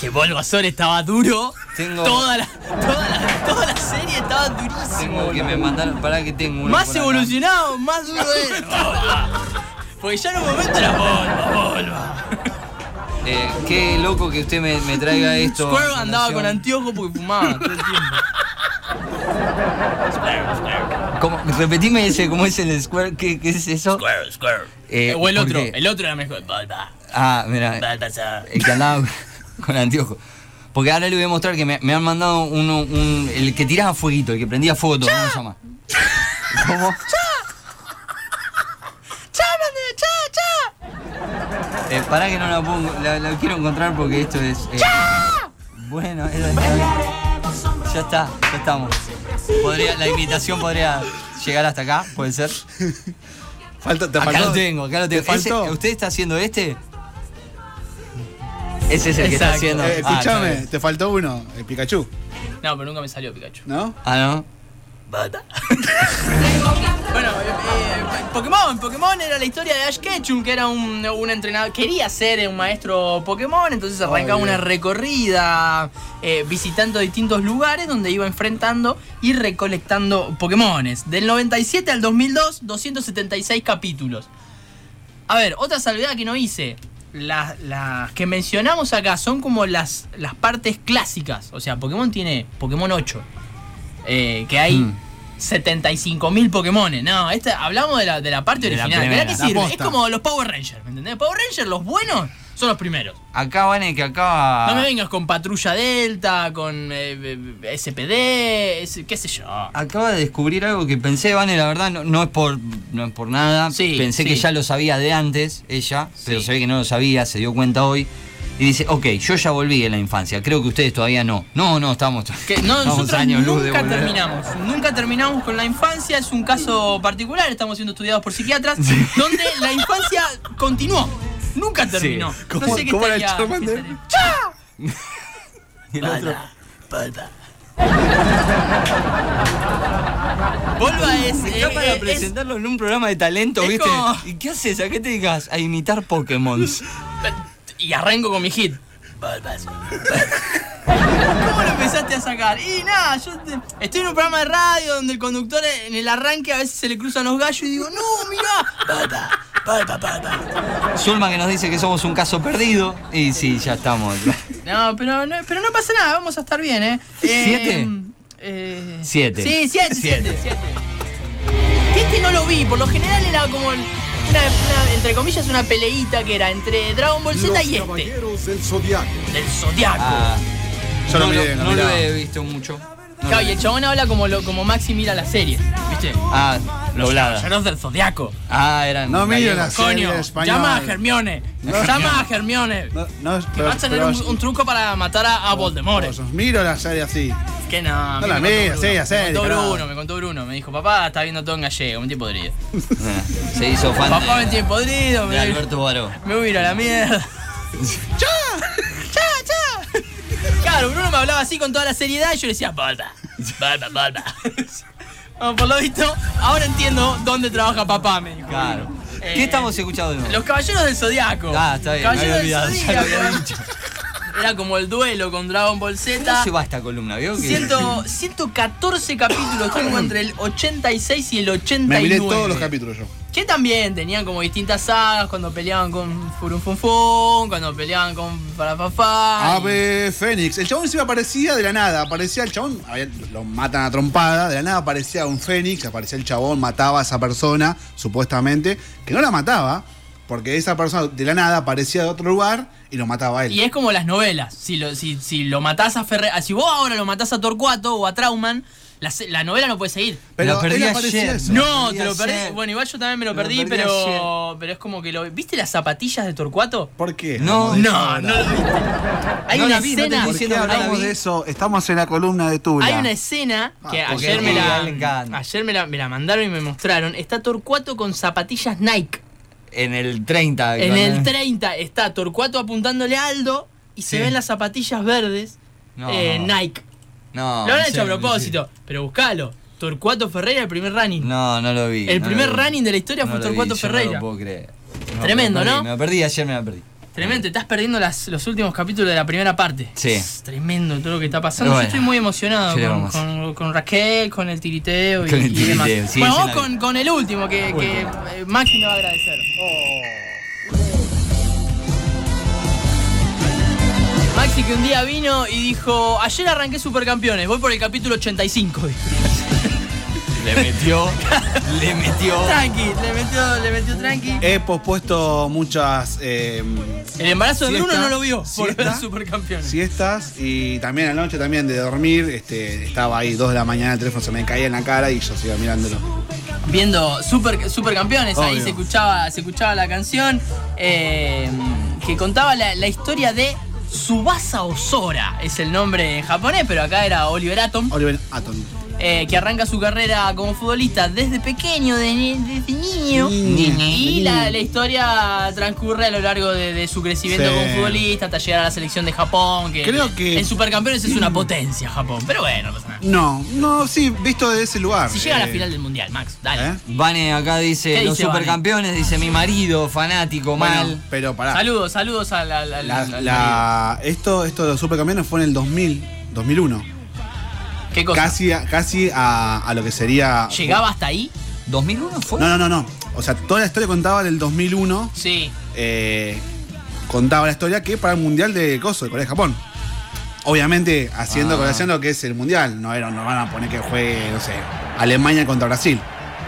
[SPEAKER 3] Que Bulbasaur estaba duro.
[SPEAKER 1] Tengo-
[SPEAKER 3] Toda la, toda la, toda la serie estaba durísima.
[SPEAKER 1] Tengo que me mandaron, pará que tengo uno
[SPEAKER 3] Más
[SPEAKER 1] por acá.
[SPEAKER 3] evolucionado, más duro es.
[SPEAKER 1] [laughs]
[SPEAKER 3] Porque ya en un momento era Volva, Volva.
[SPEAKER 1] Eh, qué loco que usted me, me
[SPEAKER 3] [laughs]
[SPEAKER 1] traiga esto.
[SPEAKER 3] Squirrel andaba con
[SPEAKER 1] Fundación.
[SPEAKER 3] anteojos
[SPEAKER 1] [laughs]
[SPEAKER 3] porque fumaba todo el tiempo.
[SPEAKER 1] ¿Cómo? Repetime ese, ¿cómo es el Square? ¿Qué, qué es eso?
[SPEAKER 3] Squirrel, Squirrel.
[SPEAKER 1] Eh,
[SPEAKER 3] o el otro,
[SPEAKER 1] porque-
[SPEAKER 3] el otro era mejor. Volva,
[SPEAKER 1] Ah, mira,
[SPEAKER 3] Baltasar.
[SPEAKER 1] el que andaba con anteojo. Porque ahora le voy a mostrar que me, me han mandado uno, un, el que tiraba fueguito, el que prendía fuego todo, ¿cómo se llama? ¿Cómo?
[SPEAKER 3] ¡Chá, mande, chá, chá!
[SPEAKER 1] Eh, pará que no la pongo, la, la quiero encontrar porque esto es... eh, Bueno, eso está. Ya está, ya estamos. Podría, la invitación podría llegar hasta acá, puede ser.
[SPEAKER 2] Falta, te
[SPEAKER 1] Acá
[SPEAKER 2] faltó- Eh,
[SPEAKER 1] lo tengo, acá lo tengo.
[SPEAKER 2] ¿Te faltó?
[SPEAKER 1] Ese- ¿Usted está haciendo este? Ese es el que está
[SPEAKER 3] Exacto.
[SPEAKER 1] haciendo.
[SPEAKER 2] Eh,
[SPEAKER 1] Ah, está
[SPEAKER 2] escuchame,
[SPEAKER 1] bien.
[SPEAKER 2] te faltó uno, el Pikachu,
[SPEAKER 3] No, pero nunca me salió Pikachu.
[SPEAKER 2] ¿no?
[SPEAKER 1] Ah, no.
[SPEAKER 3] [laughs] Bueno, eh, eh, Pokémon, Pokémon era la historia de Ash Ketchum, que era un, un entrenador, quería ser un maestro Pokémon, entonces arrancaba
[SPEAKER 2] Obvio.
[SPEAKER 3] una recorrida eh, visitando distintos lugares donde iba enfrentando y recolectando Pokémones. Del 97 al 2002, 276 capítulos. A ver, otra salvedad que no hice. Las, las que mencionamos acá son como las, las partes clásicas. O sea, Pokémon tiene Pokémon 8. eh, que hay
[SPEAKER 1] Mm.
[SPEAKER 3] 75.000 Pokémones. No, esta, hablamos de la, de la parte
[SPEAKER 1] De la
[SPEAKER 3] original.
[SPEAKER 1] primera.
[SPEAKER 3] Mirá que
[SPEAKER 2] La
[SPEAKER 3] sirve. Es
[SPEAKER 2] posta.
[SPEAKER 3] como los Power Rangers, ¿me entendés? Power Rangers, los buenos, son los primeros.
[SPEAKER 1] Acá van que acá.
[SPEAKER 3] No me vengas con Patrulla Delta, con eh, eh, SPD, es- qué sé yo.
[SPEAKER 1] Acaba de descubrir algo que pensé, Vane, la verdad, no, no es por no es por nada.
[SPEAKER 3] Sí,
[SPEAKER 1] pensé
[SPEAKER 3] sí.
[SPEAKER 1] que ya lo sabía de antes, ella, pero
[SPEAKER 3] Sí.
[SPEAKER 1] se ve que no lo sabía, se dio cuenta hoy. Y dice, ok, yo ya volví en la infancia, creo que ustedes todavía no. No, no, estamos,
[SPEAKER 3] Que no,
[SPEAKER 1] estamos
[SPEAKER 3] nosotros
[SPEAKER 1] años luz de
[SPEAKER 3] nunca
[SPEAKER 1] volver.
[SPEAKER 3] terminamos. Nunca terminamos con la infancia. Es un caso particular. Estamos siendo estudiados por psiquiatras. Donde la infancia continuó. Nunca terminó.
[SPEAKER 2] ¿Cómo-
[SPEAKER 3] no sé qué
[SPEAKER 2] cómo era el
[SPEAKER 3] estaría-
[SPEAKER 2] Charmander?
[SPEAKER 3] qué estaría- ¡Chao!
[SPEAKER 1] Y el otro-
[SPEAKER 3] Volva es.
[SPEAKER 1] Está
[SPEAKER 3] eh,
[SPEAKER 1] para
[SPEAKER 3] eh, es-
[SPEAKER 1] presentarlo en un programa de talento,
[SPEAKER 3] es
[SPEAKER 1] ¿viste?
[SPEAKER 3] como-
[SPEAKER 1] ¿Y qué haces? ¿A qué te dedicas? A imitar Pokémon.
[SPEAKER 3] Y arranco con mi hit. ¿Cómo lo empezaste a sacar? Y nada, yo te- estoy en un programa de radio donde el conductor en el arranque a veces se le cruzan los gallos y digo, no, mirá.
[SPEAKER 1] Zulma que nos dice que somos un caso perdido. Y sí, ya estamos.
[SPEAKER 3] No, pero no, pero no pasa nada, vamos a estar bien, ¿eh? Eh,
[SPEAKER 1] ¿Siete?
[SPEAKER 3] eh,
[SPEAKER 1] Siete.
[SPEAKER 3] Sí, siete, siete, siete. Este no lo vi, por lo general era como una, una- entre comillas, una peleita que era entre Dragon Ball Z y este,
[SPEAKER 7] del Zodiaco.
[SPEAKER 3] del Zodiaco.
[SPEAKER 1] Ah,
[SPEAKER 2] Yo lo
[SPEAKER 1] no,
[SPEAKER 2] miré,
[SPEAKER 1] no,
[SPEAKER 2] lo
[SPEAKER 1] no lo
[SPEAKER 2] miraba.
[SPEAKER 1] he visto mucho.
[SPEAKER 2] Ah,
[SPEAKER 1] No
[SPEAKER 3] Claro,
[SPEAKER 1] lo-
[SPEAKER 3] y el chabón habla como, lo, como Maxi mira la serie, ¿viste?
[SPEAKER 1] Ah,
[SPEAKER 3] Los
[SPEAKER 1] doblada.
[SPEAKER 3] caballeros del Zodiaco.
[SPEAKER 1] Ah, eran.
[SPEAKER 2] No miro
[SPEAKER 1] gallegos.
[SPEAKER 2] la serie
[SPEAKER 3] Coño,
[SPEAKER 2] española.
[SPEAKER 3] llama a Hermione. Llama a Hermione.
[SPEAKER 2] No, no,
[SPEAKER 3] Que
[SPEAKER 2] pero-
[SPEAKER 3] vas a tener
[SPEAKER 2] pero-
[SPEAKER 3] un, un truco para matar a, a Voldemort.
[SPEAKER 2] Miro la serie así.
[SPEAKER 3] Que no.
[SPEAKER 2] No
[SPEAKER 3] me
[SPEAKER 2] la
[SPEAKER 3] contó
[SPEAKER 2] veas,
[SPEAKER 3] Bruno,
[SPEAKER 2] sí, hacé,
[SPEAKER 3] Me contó
[SPEAKER 2] dispará.
[SPEAKER 3] Bruno, me contó Bruno. Me dijo, papá, está viendo todo en gallego, un tipo podrido.
[SPEAKER 1] Ah, Se hizo fan
[SPEAKER 3] Papá me
[SPEAKER 1] de,
[SPEAKER 3] tiene podrido,
[SPEAKER 1] de
[SPEAKER 3] me,
[SPEAKER 1] Alberto Baró.
[SPEAKER 3] me voy a ir a
[SPEAKER 1] [laughs]
[SPEAKER 3] la mierda. ¡Ya! ¡Ya, ya! Claro, Bruno me hablaba así con toda la seriedad y yo le decía, volta, volta, volta.
[SPEAKER 1] [laughs]
[SPEAKER 3] Bueno, por lo visto, ahora entiendo dónde trabaja papá, me dijo.
[SPEAKER 1] Claro.
[SPEAKER 3] Eh,
[SPEAKER 1] ¿Qué estamos escuchando? de nuevo?
[SPEAKER 3] Los caballeros del Zodiaco.
[SPEAKER 1] Ah, está bien, me había
[SPEAKER 3] Caballeros
[SPEAKER 1] olvidado,
[SPEAKER 3] del
[SPEAKER 1] ya lo había
[SPEAKER 3] Zodíaco.
[SPEAKER 1] dicho.
[SPEAKER 3] [laughs] Era como el duelo con Dragon Ball
[SPEAKER 1] No
[SPEAKER 3] Z.
[SPEAKER 1] se va esta columna, ¿vio? Que- [laughs]
[SPEAKER 3] Ciento- 114 capítulos tengo entre el 86 y el 89.
[SPEAKER 2] Me miré todos los capítulos yo.
[SPEAKER 3] Que también tenían como distintas sagas cuando peleaban con Furunfunfun, cuando peleaban con Parapafá.
[SPEAKER 2] Ave Fénix. El chabón encima aparecía de la nada. Aparecía el chabón, había- lo matan a trompada. De la nada aparecía un Fénix, aparecía el chabón, mataba a esa persona, supuestamente, que no la mataba, porque esa persona de la nada aparecía de otro lugar y lo mataba a él.
[SPEAKER 3] Y es como las novelas. Si lo, si, si lo matás a Ferre, ah, si vos ahora lo matás a Torcuato o a Trauman, la, se- la novela no puede seguir.
[SPEAKER 1] La perdí
[SPEAKER 2] él aparecía
[SPEAKER 1] ayer.
[SPEAKER 2] eso.
[SPEAKER 3] No,
[SPEAKER 1] perdí
[SPEAKER 3] te lo perdí.
[SPEAKER 1] ayer.
[SPEAKER 3] Bueno, igual yo también me lo
[SPEAKER 1] Me lo
[SPEAKER 3] perdí,
[SPEAKER 1] perdí
[SPEAKER 3] pero, pero es como que lo. ¿Viste las zapatillas de Torcuato?
[SPEAKER 2] ¿Por qué?
[SPEAKER 1] No,
[SPEAKER 3] No, no lo viste. Hay
[SPEAKER 1] No
[SPEAKER 3] una
[SPEAKER 1] la vi, no te
[SPEAKER 3] escena.
[SPEAKER 1] diciendo
[SPEAKER 2] ¿Por qué
[SPEAKER 1] que no la
[SPEAKER 2] hablamos
[SPEAKER 1] vi?
[SPEAKER 2] de eso? Estamos en la columna de Tula.
[SPEAKER 3] Hay una escena que
[SPEAKER 2] Ah, porque
[SPEAKER 3] ayer, me
[SPEAKER 1] a él le
[SPEAKER 3] la,
[SPEAKER 1] encanta.
[SPEAKER 3] ayer me, la, me la mandaron y me mostraron. Está Torcuato con zapatillas Nike.
[SPEAKER 1] En el 30.
[SPEAKER 3] En
[SPEAKER 1] con-
[SPEAKER 3] el 30 está Torcuato apuntándole a Aldo y se
[SPEAKER 1] eh. Sí.
[SPEAKER 3] ven las zapatillas verdes
[SPEAKER 1] No. Ah,
[SPEAKER 3] eh, Nike.
[SPEAKER 1] No.
[SPEAKER 3] lo han
[SPEAKER 1] en
[SPEAKER 3] hecho a
[SPEAKER 1] serio,
[SPEAKER 3] propósito, pero buscalo. Torcuato Ferreira, el primer running.
[SPEAKER 1] No, no lo vi.
[SPEAKER 3] El
[SPEAKER 1] no
[SPEAKER 3] primer
[SPEAKER 1] lo vi.
[SPEAKER 3] running de la historia fue
[SPEAKER 1] lo vi,
[SPEAKER 3] Torcuato
[SPEAKER 1] yo No
[SPEAKER 3] Ferreira.
[SPEAKER 1] lo puedo creer. No,
[SPEAKER 3] Tremendo,
[SPEAKER 1] me lo
[SPEAKER 3] ¿no?
[SPEAKER 1] perdí, Me lo perdí, ayer me lo perdí.
[SPEAKER 3] Tremendo, te estás perdiendo las- los últimos capítulos de la primera parte.
[SPEAKER 1] Sí.
[SPEAKER 3] Es tremendo todo lo que está pasando.
[SPEAKER 1] Bueno,
[SPEAKER 3] Yo estoy muy emocionado
[SPEAKER 1] ¿qué le
[SPEAKER 3] con,
[SPEAKER 1] vamos a hacer?
[SPEAKER 3] con- con Raquel, con el tiriteo y,
[SPEAKER 1] Con el
[SPEAKER 3] y demás.
[SPEAKER 1] tiriteo, sí,
[SPEAKER 3] bueno,
[SPEAKER 1] sí, la
[SPEAKER 3] vamos
[SPEAKER 1] vi.
[SPEAKER 3] con, con el último que, que eh, Maxi me va a agradecer. Maxi que un día vino y dijo, ayer arranqué Supercampeones, voy por el capítulo 85. dijo.
[SPEAKER 1] Le metió. [laughs] le metió.
[SPEAKER 3] Tranqui, le metió, le metió tranqui.
[SPEAKER 2] He pospuesto muchas eh,
[SPEAKER 3] El embarazo de
[SPEAKER 2] Siesta,
[SPEAKER 3] Bruno no lo vio por
[SPEAKER 2] siesta.
[SPEAKER 3] ver Supercampeones.
[SPEAKER 2] siestas y también anoche también de dormir. Este, estaba ahí dos de la mañana, el teléfono se me caía en la cara y yo seguía mirándolo.
[SPEAKER 3] viendo super, Supercampeones, ahí
[SPEAKER 2] Obvio.
[SPEAKER 3] se escuchaba, se escuchaba la canción eh, que contaba la, la historia de Subasa Osora, es el nombre en japonés, pero acá era Oliver Atom,
[SPEAKER 2] Oliver Atom.
[SPEAKER 3] eh, que arranca su carrera como futbolista desde pequeño, de ni- desde niño, y la, la historia transcurre a lo largo de, de su crecimiento
[SPEAKER 2] Sí.
[SPEAKER 3] como futbolista hasta llegar a la selección de Japón, que,
[SPEAKER 2] Creo que-
[SPEAKER 3] en Supercampeones es una potencia Japón, pero bueno, no pasa nada.
[SPEAKER 2] No, no, sí, visto desde ese lugar.
[SPEAKER 3] Si llega a la
[SPEAKER 2] Eh,
[SPEAKER 3] final del Mundial, Max, dale.
[SPEAKER 2] ¿eh?
[SPEAKER 1] Vane acá dice
[SPEAKER 3] ¿Qué
[SPEAKER 1] los
[SPEAKER 3] dice Vane?
[SPEAKER 1] supercampeones, dice mi marido, fanático,
[SPEAKER 2] Bueno,
[SPEAKER 1] mal.
[SPEAKER 2] pero pará.
[SPEAKER 3] Saludos, saludos a la... la-
[SPEAKER 2] Ah. La-
[SPEAKER 3] la-
[SPEAKER 2] la- esto, esto de los supercampeones fue en el 2000, 2001.
[SPEAKER 3] ¿Qué cosa?
[SPEAKER 2] Casi, a- casi a, a lo que sería.
[SPEAKER 3] ¿Llegaba hasta ahí?
[SPEAKER 1] ¿2001 fue?
[SPEAKER 2] No, no, no, no. O sea, toda la historia contaba del 2001.
[SPEAKER 3] Sí.
[SPEAKER 2] eh, contaba la historia que para el mundial de Coso, de Corea y Japón. Obviamente, haciendo
[SPEAKER 1] Ah.
[SPEAKER 2] colación lo que es el mundial. No, era, no van a poner que juegue, no sé, Alemania contra Brasil.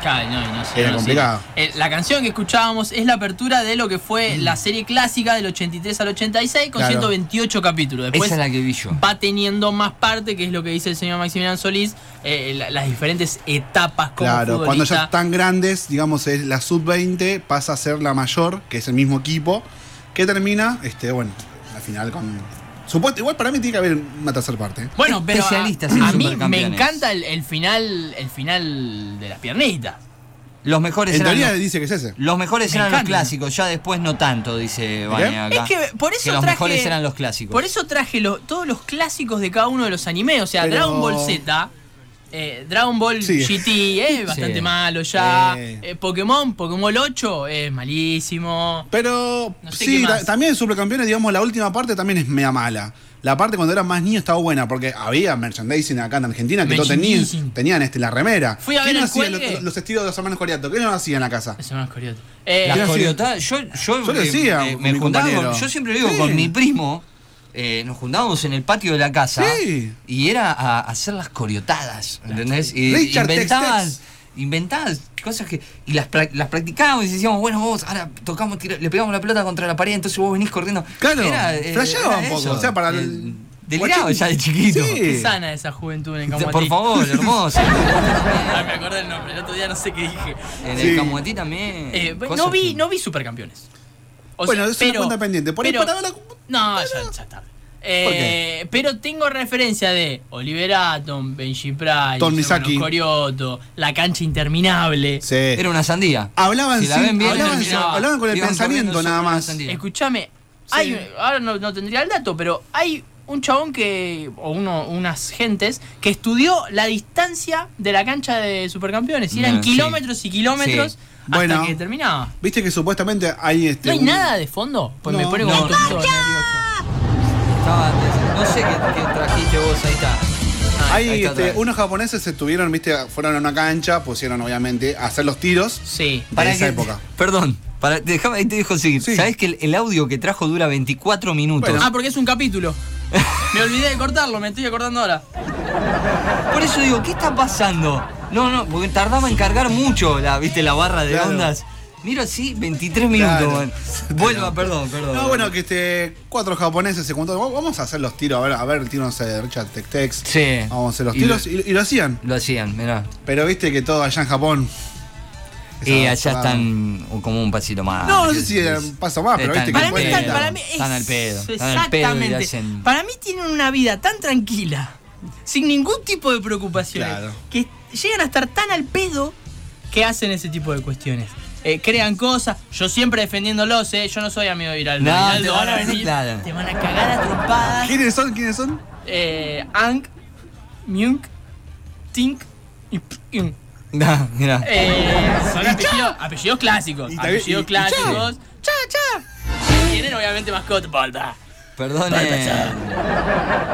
[SPEAKER 3] Claro, no, no sé,
[SPEAKER 2] Era
[SPEAKER 3] no sé.
[SPEAKER 2] complicado.
[SPEAKER 3] Eh, la canción que escuchábamos es la apertura de lo que fue la serie clásica del 83 al 86 con
[SPEAKER 2] Mm. Claro.
[SPEAKER 3] 128 capítulos. Después
[SPEAKER 1] Esa es la que vi yo.
[SPEAKER 3] va teniendo más parte, que es lo que dice el señor Maximiliano Solís, eh, la- las diferentes etapas como
[SPEAKER 2] Claro, cuando ya
[SPEAKER 3] futbolista.
[SPEAKER 2] están grandes, digamos, es la sub-20 pasa a ser la mayor, que es el mismo equipo, que termina, este, bueno, la final con. Supuesto, igual para mí tiene que haber una tercera parte. ¿eh?
[SPEAKER 3] Bueno, pero a,
[SPEAKER 1] especialistas en
[SPEAKER 3] a mí me
[SPEAKER 1] supercampeones.
[SPEAKER 3] encanta el, el final el final de las piernitas.
[SPEAKER 1] Los mejores
[SPEAKER 2] En
[SPEAKER 1] eran
[SPEAKER 2] teoría
[SPEAKER 1] los,
[SPEAKER 2] dice que es ese.
[SPEAKER 1] los mejores
[SPEAKER 3] Me
[SPEAKER 1] eran
[SPEAKER 3] encanta.
[SPEAKER 1] los clásicos, ya después no tanto, dice Vane acá.
[SPEAKER 3] Es que por eso
[SPEAKER 1] los
[SPEAKER 3] traje-
[SPEAKER 1] mejores eran los clásicos.
[SPEAKER 3] Por eso traje lo- todos los clásicos de cada uno de los animes. O sea,
[SPEAKER 2] Pero-
[SPEAKER 3] Dragon Ball Z, eh, Dragon Ball
[SPEAKER 2] Sí.
[SPEAKER 3] GT, eh, bastante
[SPEAKER 1] Sí.
[SPEAKER 3] malo ya.
[SPEAKER 2] Eh.
[SPEAKER 3] Eh, Pokémon, Pokémon 8, es malísimo.
[SPEAKER 2] Pero
[SPEAKER 3] No sé
[SPEAKER 2] sí,
[SPEAKER 3] qué más.
[SPEAKER 2] ta- también en Supercampeones, digamos, la última parte también es media mala. La parte cuando eran más niños estaba buena, porque había merchandising acá en Argentina que todos tenían,
[SPEAKER 3] Merchandising.
[SPEAKER 2] tenían este, la remera.
[SPEAKER 3] Fui a ver
[SPEAKER 2] ¿Qué no
[SPEAKER 3] el
[SPEAKER 2] hacían
[SPEAKER 3] cuelgue?
[SPEAKER 2] los, los estilos de los hermanos Coriato? ¿Qué no hacían en la casa?
[SPEAKER 3] Eso no es curioso. Eh,
[SPEAKER 1] Las
[SPEAKER 2] Yo
[SPEAKER 1] coriotas, yo, yo,
[SPEAKER 2] yo lo
[SPEAKER 1] eh,
[SPEAKER 2] hacía
[SPEAKER 1] eh,
[SPEAKER 2] con
[SPEAKER 1] me
[SPEAKER 2] mi
[SPEAKER 1] juntaba con-
[SPEAKER 2] compañero.
[SPEAKER 1] yo siempre lo digo,
[SPEAKER 2] Sí.
[SPEAKER 1] con mi primo, eh, nos juntábamos en el patio de la casa
[SPEAKER 2] Sí.
[SPEAKER 1] y era a hacer las coriotadas, ¿entendés? Y
[SPEAKER 2] Richard Tex-Tex.
[SPEAKER 1] inventabas, inventabas cosas que. Y las, pra- las practicábamos y decíamos, bueno, vos ahora tocamos, tira- le pegamos la pelota contra la pared, entonces vos venís corriendo.
[SPEAKER 2] Claro,
[SPEAKER 1] eh,
[SPEAKER 2] flasheaba un poco,
[SPEAKER 1] eso.
[SPEAKER 2] o sea, para
[SPEAKER 1] Eh,
[SPEAKER 2] el-
[SPEAKER 1] deliraba
[SPEAKER 2] guachín.
[SPEAKER 1] ya de chiquito.
[SPEAKER 2] Sí.
[SPEAKER 3] qué sana esa juventud en el Camuatí.
[SPEAKER 1] Por favor,
[SPEAKER 2] [laughs]
[SPEAKER 1] hermoso.
[SPEAKER 3] [laughs] Ah, me acordé el nombre, el otro día no sé qué dije.
[SPEAKER 1] En
[SPEAKER 2] Sí.
[SPEAKER 1] el Camuatí también.
[SPEAKER 3] Eh, bueno,
[SPEAKER 1] cosas
[SPEAKER 3] no, vi,
[SPEAKER 1] que-
[SPEAKER 3] no vi Supercampeones. O
[SPEAKER 2] Bueno, es una cuenta pendiente. Por ahí para la-
[SPEAKER 3] No, ya, ya está. Eh, pero tengo referencia de Oliver Atom, Benji Price,
[SPEAKER 2] Tom Misaki.
[SPEAKER 3] Corioto, La Cancha Interminable.
[SPEAKER 2] Sí.
[SPEAKER 1] Era una sandía.
[SPEAKER 2] Hablaban,
[SPEAKER 1] Si la
[SPEAKER 2] sin-
[SPEAKER 1] ven bien,
[SPEAKER 2] hablaban,
[SPEAKER 1] terminaba.
[SPEAKER 2] sin- hablaban con el
[SPEAKER 1] Iban
[SPEAKER 2] pensamiento
[SPEAKER 1] corriendo
[SPEAKER 2] nada
[SPEAKER 1] sobre una
[SPEAKER 2] más.
[SPEAKER 1] sandía.
[SPEAKER 3] Escúchame, hay, ahora no, no tendría el dato, pero hay un chabón que, o uno, unas gentes, que estudió la distancia de la cancha de supercampeones. Y eran
[SPEAKER 1] Mm, sí.
[SPEAKER 3] kilómetros y kilómetros
[SPEAKER 1] Sí.
[SPEAKER 3] hasta
[SPEAKER 2] Bueno.
[SPEAKER 3] que terminaba.
[SPEAKER 2] Viste que supuestamente hay este.
[SPEAKER 3] ¿No hay
[SPEAKER 2] un-
[SPEAKER 3] nada de fondo? Pues me
[SPEAKER 2] No,
[SPEAKER 3] pone
[SPEAKER 1] no.
[SPEAKER 3] como un poquito nervioso.
[SPEAKER 1] Estaba antes. No sé qué, qué trajiste vos, ahí está. Ah, ahí
[SPEAKER 2] Hay
[SPEAKER 1] está
[SPEAKER 2] este,
[SPEAKER 1] atrás.
[SPEAKER 2] unos japoneses estuvieron, viste, fueron a una cancha, pusieron obviamente a hacer los tiros.
[SPEAKER 3] Sí.
[SPEAKER 2] de esa época.
[SPEAKER 1] Perdón, para, dejame, ahí te dejo seguir.
[SPEAKER 2] Sí.
[SPEAKER 1] Sabés que el, el audio que trajo dura 24 minutos.
[SPEAKER 2] Bueno.
[SPEAKER 3] Ah, porque es un capítulo. Me olvidé de cortarlo, me estoy acordando ahora.
[SPEAKER 1] Ah, por eso digo, ¿qué está pasando? No, no, porque tardaba en cargar mucho la, ¿viste, la barra de
[SPEAKER 2] Claro.
[SPEAKER 1] ondas. Miro así, 23 minutos.
[SPEAKER 2] Claro.
[SPEAKER 1] man. Vuelva, perdón, perdón.
[SPEAKER 2] No, bueno, que este, cuatro japoneses se juntaron. "Vamos- Vamos a hacer los tiros, a ver, a ver el tiro no sé, de Richard Tex Tex.
[SPEAKER 1] Sí.
[SPEAKER 2] Vamos a hacer los
[SPEAKER 1] Y
[SPEAKER 2] tiros y, y lo hacían.
[SPEAKER 1] Lo hacían, mirá.
[SPEAKER 2] Pero viste que todo allá en Japón.
[SPEAKER 1] Y
[SPEAKER 2] Esa-
[SPEAKER 1] allá
[SPEAKER 2] esa-
[SPEAKER 1] están o como un pasito más.
[SPEAKER 2] No, no sé si era un paso más, pero viste que
[SPEAKER 1] Están
[SPEAKER 3] Para
[SPEAKER 1] al
[SPEAKER 3] mí,
[SPEAKER 2] pueden
[SPEAKER 1] pedo,
[SPEAKER 3] están,
[SPEAKER 2] estar-
[SPEAKER 3] para mí es-
[SPEAKER 1] Están al pedo. Están al pedo y
[SPEAKER 3] Exactamente.
[SPEAKER 1] hacen-
[SPEAKER 3] Para mí tienen una vida tan tranquila, sin ningún tipo de preocupaciones,
[SPEAKER 2] Claro.
[SPEAKER 3] que llegan a estar tan al pedo que hacen ese tipo de cuestiones. Eh, crean cosas, yo siempre defendiéndolos, eh, yo no soy amigo de Viraldo.
[SPEAKER 1] No,
[SPEAKER 3] Viraldo
[SPEAKER 1] te van a
[SPEAKER 3] venir,
[SPEAKER 1] venir, claro.
[SPEAKER 3] te van a cagar a trompadas.
[SPEAKER 2] ¿Quiénes son? ¿Quiénes son?
[SPEAKER 3] Eh, Ank, Myunk, Tink y Pyung.
[SPEAKER 1] [laughs] No, mirá.
[SPEAKER 3] Eh, son apellidos, apellidos clásicos.
[SPEAKER 2] Y también-
[SPEAKER 3] apellidos
[SPEAKER 2] y- y
[SPEAKER 3] clásicos. Cha, cha. Tienen obviamente mascota, Polda.
[SPEAKER 1] Perdonen,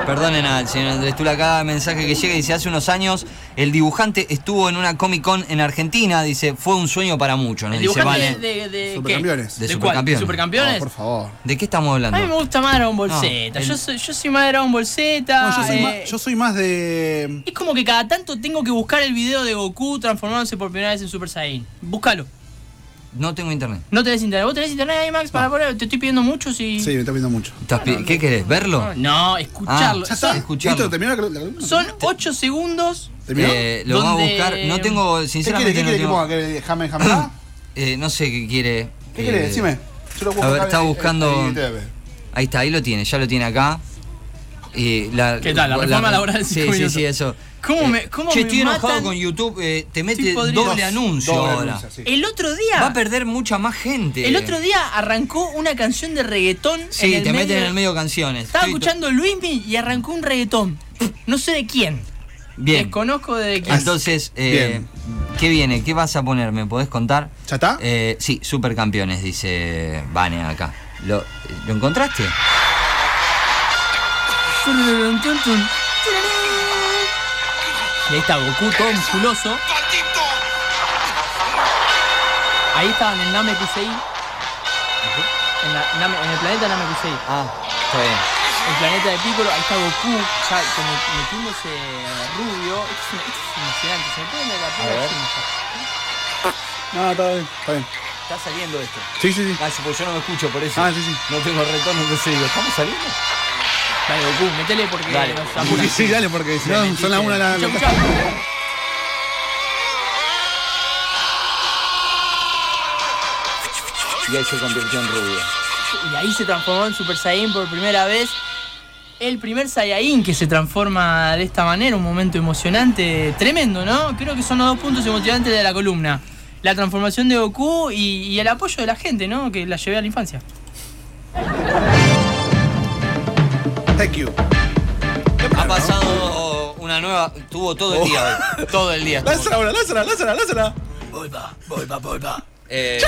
[SPEAKER 1] perdonen al señor Andrés Tula cada mensaje que llega. Dice, hace unos años el dibujante estuvo en una Comic Con en Argentina. Dice, fue un sueño para muchos. ¿no?
[SPEAKER 3] El
[SPEAKER 1] Dice,
[SPEAKER 3] dibujante
[SPEAKER 1] vale.
[SPEAKER 3] de, de, de-
[SPEAKER 2] Supercampeones.
[SPEAKER 3] ¿qué?
[SPEAKER 1] De
[SPEAKER 3] ¿De cuál?
[SPEAKER 1] Supercampeones.
[SPEAKER 2] No,
[SPEAKER 3] supercampeones?
[SPEAKER 2] por favor.
[SPEAKER 1] ¿De qué estamos hablando?
[SPEAKER 3] a mí me gusta más Dragon Ball
[SPEAKER 1] No,
[SPEAKER 3] Z.
[SPEAKER 1] el-
[SPEAKER 3] Yo, soy, yo soy más de Dragon Ball Z.
[SPEAKER 2] No, yo, soy
[SPEAKER 3] eh,
[SPEAKER 2] más, yo soy más de.
[SPEAKER 3] Es como que cada tanto tengo que buscar el video de Goku transformándose por primera vez en Super Saiyan. Búscalo.
[SPEAKER 1] No tengo internet.
[SPEAKER 3] No tenés internet. ¿Vos tenés internet ahí, Max? Para poner- Te estoy pidiendo mucho si.
[SPEAKER 2] Sí, me está pidiendo mucho.
[SPEAKER 1] ¿Estás pi- ¿Qué querés? ¿Verlo?
[SPEAKER 3] No, escucharlo.
[SPEAKER 1] Ah, ya
[SPEAKER 3] son,
[SPEAKER 1] escucharlo.
[SPEAKER 2] ¿Listo? ¿Terminó la- la- la-
[SPEAKER 3] son 8 segundos.
[SPEAKER 2] ¿Terminó?
[SPEAKER 1] Eh, lo vamos a
[SPEAKER 3] ¿Dónde-
[SPEAKER 1] buscar. No tengo,
[SPEAKER 2] ¿Qué quiere,
[SPEAKER 1] sinceramente,
[SPEAKER 2] qué quiere que
[SPEAKER 1] no tengo-
[SPEAKER 2] ponga? ¿Que Jame Jame acá?
[SPEAKER 1] Eh, no sé qué quiere.
[SPEAKER 2] ¿Qué
[SPEAKER 1] Eh,
[SPEAKER 2] quiere? Decime. Yo lo busco
[SPEAKER 1] a ver,
[SPEAKER 2] acá
[SPEAKER 1] está
[SPEAKER 2] en- en-
[SPEAKER 1] buscando-
[SPEAKER 2] en ITV.
[SPEAKER 1] Ahí está, ahí lo tiene, ya lo tiene acá. Eh, la,
[SPEAKER 3] ¿Qué tal? La reforma laboral de
[SPEAKER 1] Sí,
[SPEAKER 3] cinco
[SPEAKER 1] sí,
[SPEAKER 3] minutos.
[SPEAKER 1] sí, eso. Eh,
[SPEAKER 3] ¿Cómo me- cómo
[SPEAKER 1] Che,
[SPEAKER 3] me
[SPEAKER 1] estoy enojado
[SPEAKER 3] matan?
[SPEAKER 1] con YouTube. eh, te mete
[SPEAKER 3] Estoy podrido.
[SPEAKER 1] doble
[SPEAKER 3] Dos,
[SPEAKER 1] anuncio
[SPEAKER 2] Doble
[SPEAKER 1] ahora.
[SPEAKER 2] anuncia, sí.
[SPEAKER 3] El otro día.
[SPEAKER 1] Va a perder mucha más gente.
[SPEAKER 3] El otro día arrancó una canción de reggaetón.
[SPEAKER 1] Sí,
[SPEAKER 3] en el
[SPEAKER 1] te
[SPEAKER 3] medio-
[SPEAKER 1] meten en el medio canciones.
[SPEAKER 3] Estaba
[SPEAKER 1] Sí, to-
[SPEAKER 3] escuchando Luismi y arrancó un reggaetón. No sé de quién.
[SPEAKER 1] Bien.
[SPEAKER 3] Desconozco de quién.
[SPEAKER 1] Entonces, eh, ¿qué viene? ¿Qué vas a poner? ¿Me podés contar?
[SPEAKER 2] ¿Ya está?
[SPEAKER 1] Eh, sí, Supercampeones, dice Vane acá. ¿Lo, ¿lo encontraste?
[SPEAKER 3] Y ahí está Goku, todo musculoso. Ahí estaba en el Namekusei. En, la- Name- en el planeta Namekusei.
[SPEAKER 1] Ah, está bien.
[SPEAKER 3] El planeta de Piccolo. Ahí está Goku, ya como metiéndose rubio. Esto es, esto es emocionante. Se me pone la piel de gallina.
[SPEAKER 2] No, está bien, está bien.
[SPEAKER 1] Está saliendo esto.
[SPEAKER 2] Sí, sí, sí.
[SPEAKER 1] Ah, sí, porque yo no me escucho, por eso.
[SPEAKER 2] Ah, sí, sí.
[SPEAKER 1] No tengo retorno, entonces digo, ¿estamos saliendo?
[SPEAKER 3] Dale, Goku, metele porque
[SPEAKER 1] Dale.
[SPEAKER 3] nos
[SPEAKER 2] Sí,
[SPEAKER 3] apura.
[SPEAKER 2] sí, dale, porque si no, son las una de la.
[SPEAKER 3] Escuchá, escuchá.
[SPEAKER 1] Y ahí se convirtió en rubio.
[SPEAKER 3] Y ahí se transformó en Super Saiyan por primera vez. El primer Saiyan que se transforma de esta manera, un momento emocionante, tremendo, ¿no? Creo que son los dos puntos emocionantes de la columna. La transformación de Goku y, y el apoyo de la gente, ¿no? Que la llevé a la infancia.
[SPEAKER 2] Thank you.
[SPEAKER 1] Ha pasado una nueva. Tuvo todo el día hoy. Todo el [laughs] día. estuvo.
[SPEAKER 2] Lázala ahora, lázala, lázala, lázala.
[SPEAKER 1] Eh,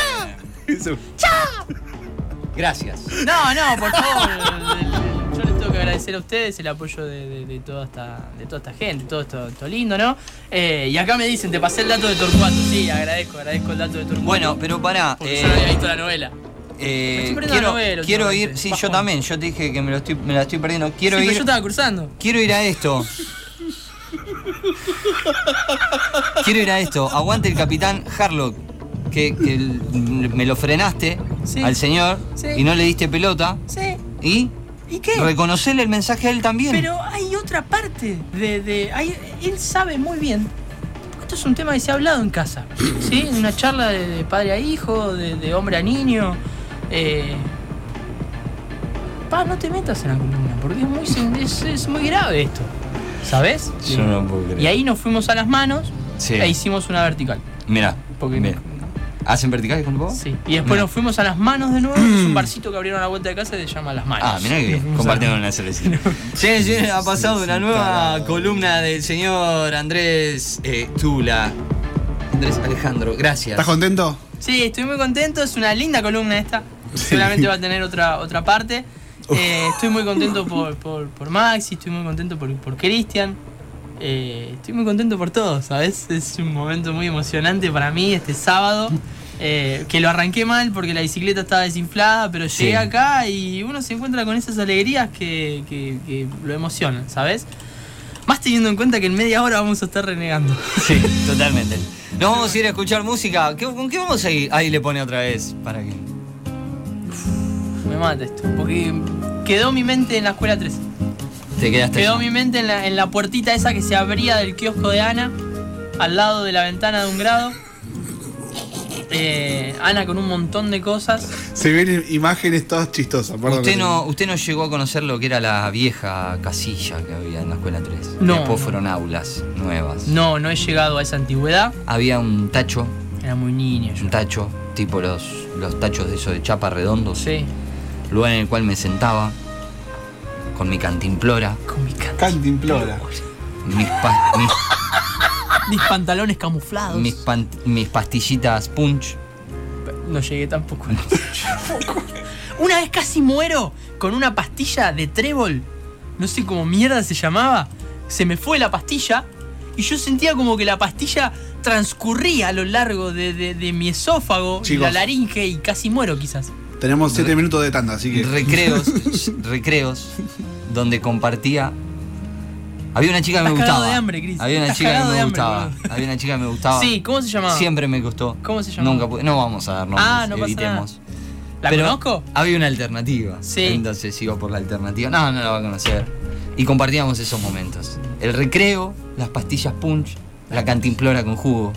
[SPEAKER 1] gracias.
[SPEAKER 3] No, no, por
[SPEAKER 2] [laughs]
[SPEAKER 3] favor. Yo les tengo que agradecer a ustedes el apoyo de, de- de toda, esta, de toda esta gente, todo esto, esto lindo, ¿no? Eh, y acá me dicen, te pasé el dato de Torcuato. Sí, agradezco, agradezco el dato de Torcuato.
[SPEAKER 1] Bueno, pero pará.
[SPEAKER 3] porque
[SPEAKER 1] eh,
[SPEAKER 3] yo no había visto la novela.
[SPEAKER 1] eh,
[SPEAKER 3] Me estoy perdiendo
[SPEAKER 1] quiero,
[SPEAKER 3] la novela
[SPEAKER 1] quiero
[SPEAKER 3] últimamente.
[SPEAKER 1] ir. Sí, yo
[SPEAKER 3] Bajón.
[SPEAKER 1] también. Yo te dije que me, lo estoy, me la estoy perdiendo. Quiero
[SPEAKER 3] Sí, pero
[SPEAKER 1] ir.
[SPEAKER 3] yo estaba cruzando.
[SPEAKER 1] Quiero ir a esto. Quiero ir a esto. Aguante el capitán Harlock. Que, que el- me lo frenaste
[SPEAKER 3] Sí.
[SPEAKER 1] al señor
[SPEAKER 3] Sí.
[SPEAKER 1] y no le diste pelota.
[SPEAKER 3] Sí.
[SPEAKER 1] Y
[SPEAKER 3] ¿Y qué?
[SPEAKER 1] reconocerle el mensaje a él también.
[SPEAKER 3] Pero hay otra parte de... de hay- él sabe muy bien. Esto es un tema que se ha hablado en casa, ¿sí? En una charla de, de padre a hijo, de, de hombre a niño. eh, papá, no te metas en la columna, porque es muy, sen- es, es muy grave esto. ¿Sabes?
[SPEAKER 1] Yo no puedo creer.
[SPEAKER 3] Y ahí nos fuimos a las manos
[SPEAKER 1] Sí.
[SPEAKER 3] e hicimos una vertical.
[SPEAKER 1] Mirá.
[SPEAKER 3] Porque
[SPEAKER 1] mirá. ¿Hacen verticales con vos?
[SPEAKER 3] Sí. Y después nos fuimos a Las Manos de nuevo, que es un barcito que abrieron a la vuelta de casa y se llama Las Manos.
[SPEAKER 1] Mm. Ah, mirá que
[SPEAKER 3] Nos fuimos a-
[SPEAKER 1] compartieron la
[SPEAKER 3] [laughs]
[SPEAKER 1] selección. Sí, sí, ha pasado una nueva columna del señor Andrés eh, Tula. Andrés Alejandro, gracias.
[SPEAKER 2] ¿Estás contento?
[SPEAKER 3] Sí, estoy muy contento, es una linda columna esta. Seguramente va a tener otra, otra parte. Eh, estoy muy contento por, por, por Maxi, estoy muy contento por, por Cristian. Eh, estoy muy contento por todos, ¿sabes? Es un momento muy emocionante para mí este sábado. eh, que lo arranqué mal porque la bicicleta estaba desinflada, pero llegué
[SPEAKER 1] Sí.
[SPEAKER 3] acá y uno se encuentra con esas alegrías que, que- que lo emocionan, ¿sabes? Más teniendo en cuenta que en media hora vamos a estar renegando.
[SPEAKER 1] Sí, totalmente. Nos vamos a ir a escuchar música. ¿Qué- ¿Con qué vamos a ir? Ahí le pone otra vez. ¿Para qué?
[SPEAKER 3] Me mata esto, porque quedó mi mente en la escuela 13.
[SPEAKER 1] Te quedaste.
[SPEAKER 3] Quedó
[SPEAKER 1] allá.
[SPEAKER 3] mi mente en la, en la puertita esa que se abría del kiosco de Ana, al lado de la ventana de un grado. Eh, Ana con un montón de cosas.
[SPEAKER 2] Se ven imágenes todas chistosas, perdón.
[SPEAKER 1] Usted no, usted no llegó a conocer lo que era la vieja casilla que había en la escuela 3.
[SPEAKER 3] No,
[SPEAKER 1] Después
[SPEAKER 3] no.
[SPEAKER 1] fueron aulas nuevas.
[SPEAKER 3] No, no he llegado a esa antigüedad.
[SPEAKER 1] Había un tacho,
[SPEAKER 3] Era muy niña yo.
[SPEAKER 1] un tacho, tipo los, los tachos de esos de chapa redondos.
[SPEAKER 3] Sí,
[SPEAKER 1] Lugar en el cual me sentaba con mi cantimplora,
[SPEAKER 3] con mi can-
[SPEAKER 2] Cantimplora.
[SPEAKER 1] mis, pa- mis
[SPEAKER 3] [laughs] mis pantalones camuflados.
[SPEAKER 1] mis, pan- mis pastillitas punch.
[SPEAKER 3] No llegué tampoco. una vez casi muero con una pastilla de trébol. No sé cómo mierda se llamaba. Se me fue la pastilla y yo sentía como que la pastilla transcurría a lo largo de, de- de mi esófago y
[SPEAKER 2] Chicos.
[SPEAKER 3] la laringe y casi muero quizás.
[SPEAKER 2] Tenemos 7 minutos de tanda, así que.
[SPEAKER 1] Recreos, recreos, donde compartía. Había una chica que me
[SPEAKER 3] Estás
[SPEAKER 1] gustaba.
[SPEAKER 3] cagado de hambre, Cris.
[SPEAKER 1] Había una
[SPEAKER 3] Estás
[SPEAKER 1] chica que
[SPEAKER 3] cagado
[SPEAKER 1] me
[SPEAKER 3] de hambre,
[SPEAKER 1] gustaba.
[SPEAKER 3] boludo.
[SPEAKER 1] Había una chica que me gustaba.
[SPEAKER 3] Sí, ¿cómo se llamaba?
[SPEAKER 1] Siempre me gustó.
[SPEAKER 3] ¿Cómo se llamaba?
[SPEAKER 1] Nunca pude. No vamos a dar nombres.
[SPEAKER 3] Ah, no pasa
[SPEAKER 1] evitemos.
[SPEAKER 3] ¿La
[SPEAKER 1] Pero
[SPEAKER 3] conozco?
[SPEAKER 1] Había una alternativa.
[SPEAKER 3] Sí.
[SPEAKER 1] Entonces sigo por la alternativa. No, no la va a conocer. Y compartíamos esos momentos. El recreo, las pastillas punch, la cantimplora con jugo.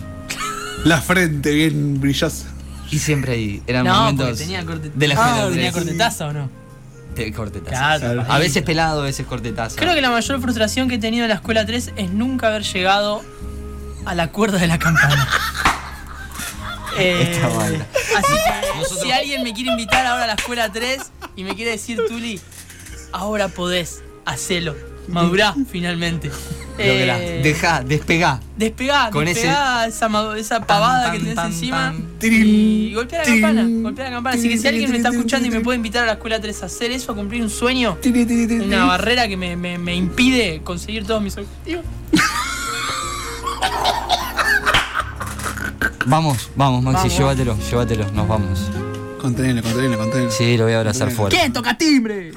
[SPEAKER 2] La frente bien brillosa.
[SPEAKER 1] Y siempre ahí. Eran
[SPEAKER 3] No, porque
[SPEAKER 1] momentos
[SPEAKER 3] tenía corte-
[SPEAKER 1] de la
[SPEAKER 3] Ah,
[SPEAKER 1] escuela
[SPEAKER 3] ¿Tenía
[SPEAKER 1] tres.
[SPEAKER 3] cortetaza o no?
[SPEAKER 1] De cortetazo.
[SPEAKER 3] Claro.
[SPEAKER 1] A veces pelado, a veces cortetazo.
[SPEAKER 3] Creo que la mayor frustración que he tenido en la escuela 3 es nunca haber llegado a la cuerda de
[SPEAKER 1] [laughs]
[SPEAKER 3] la campana. Eh,
[SPEAKER 1] Está mal.
[SPEAKER 3] así que si alguien me quiere invitar ahora a la escuela 3 y me quiere decir, Tuli, ahora podés, hacelo, madurá finalmente.
[SPEAKER 1] Lográ.
[SPEAKER 3] Eh,
[SPEAKER 1] Dejá, despegá.
[SPEAKER 3] Despegá,
[SPEAKER 1] Con ese-
[SPEAKER 3] despegá esa, ma- esa pavada
[SPEAKER 1] Pam,
[SPEAKER 3] que
[SPEAKER 1] pam,
[SPEAKER 3] tenés
[SPEAKER 1] pam,
[SPEAKER 3] encima.
[SPEAKER 1] pam.
[SPEAKER 2] Tirin,
[SPEAKER 3] Y golpea la
[SPEAKER 2] tirin,
[SPEAKER 3] campana, golpea la campana. Así que si
[SPEAKER 2] tirin,
[SPEAKER 3] alguien me está
[SPEAKER 2] tirin,
[SPEAKER 3] escuchando y me
[SPEAKER 2] tirin,
[SPEAKER 3] puede invitar a la escuela 3 a hacer eso, a cumplir un sueño,
[SPEAKER 2] Tiri, tiri, tiri,
[SPEAKER 3] una
[SPEAKER 2] tiri.
[SPEAKER 3] barrera que me, me- me impide conseguir todos mis objetivos.
[SPEAKER 1] Vamos, vamos, Maxi,
[SPEAKER 3] Vamos.
[SPEAKER 1] llévatelo, llévatelo, nos vamos.
[SPEAKER 2] Contenelo, contenelo, contenelo.
[SPEAKER 1] Sí, lo voy a abrazar
[SPEAKER 2] Bueno.
[SPEAKER 1] fuerte.
[SPEAKER 3] ¿Quién toca timbre?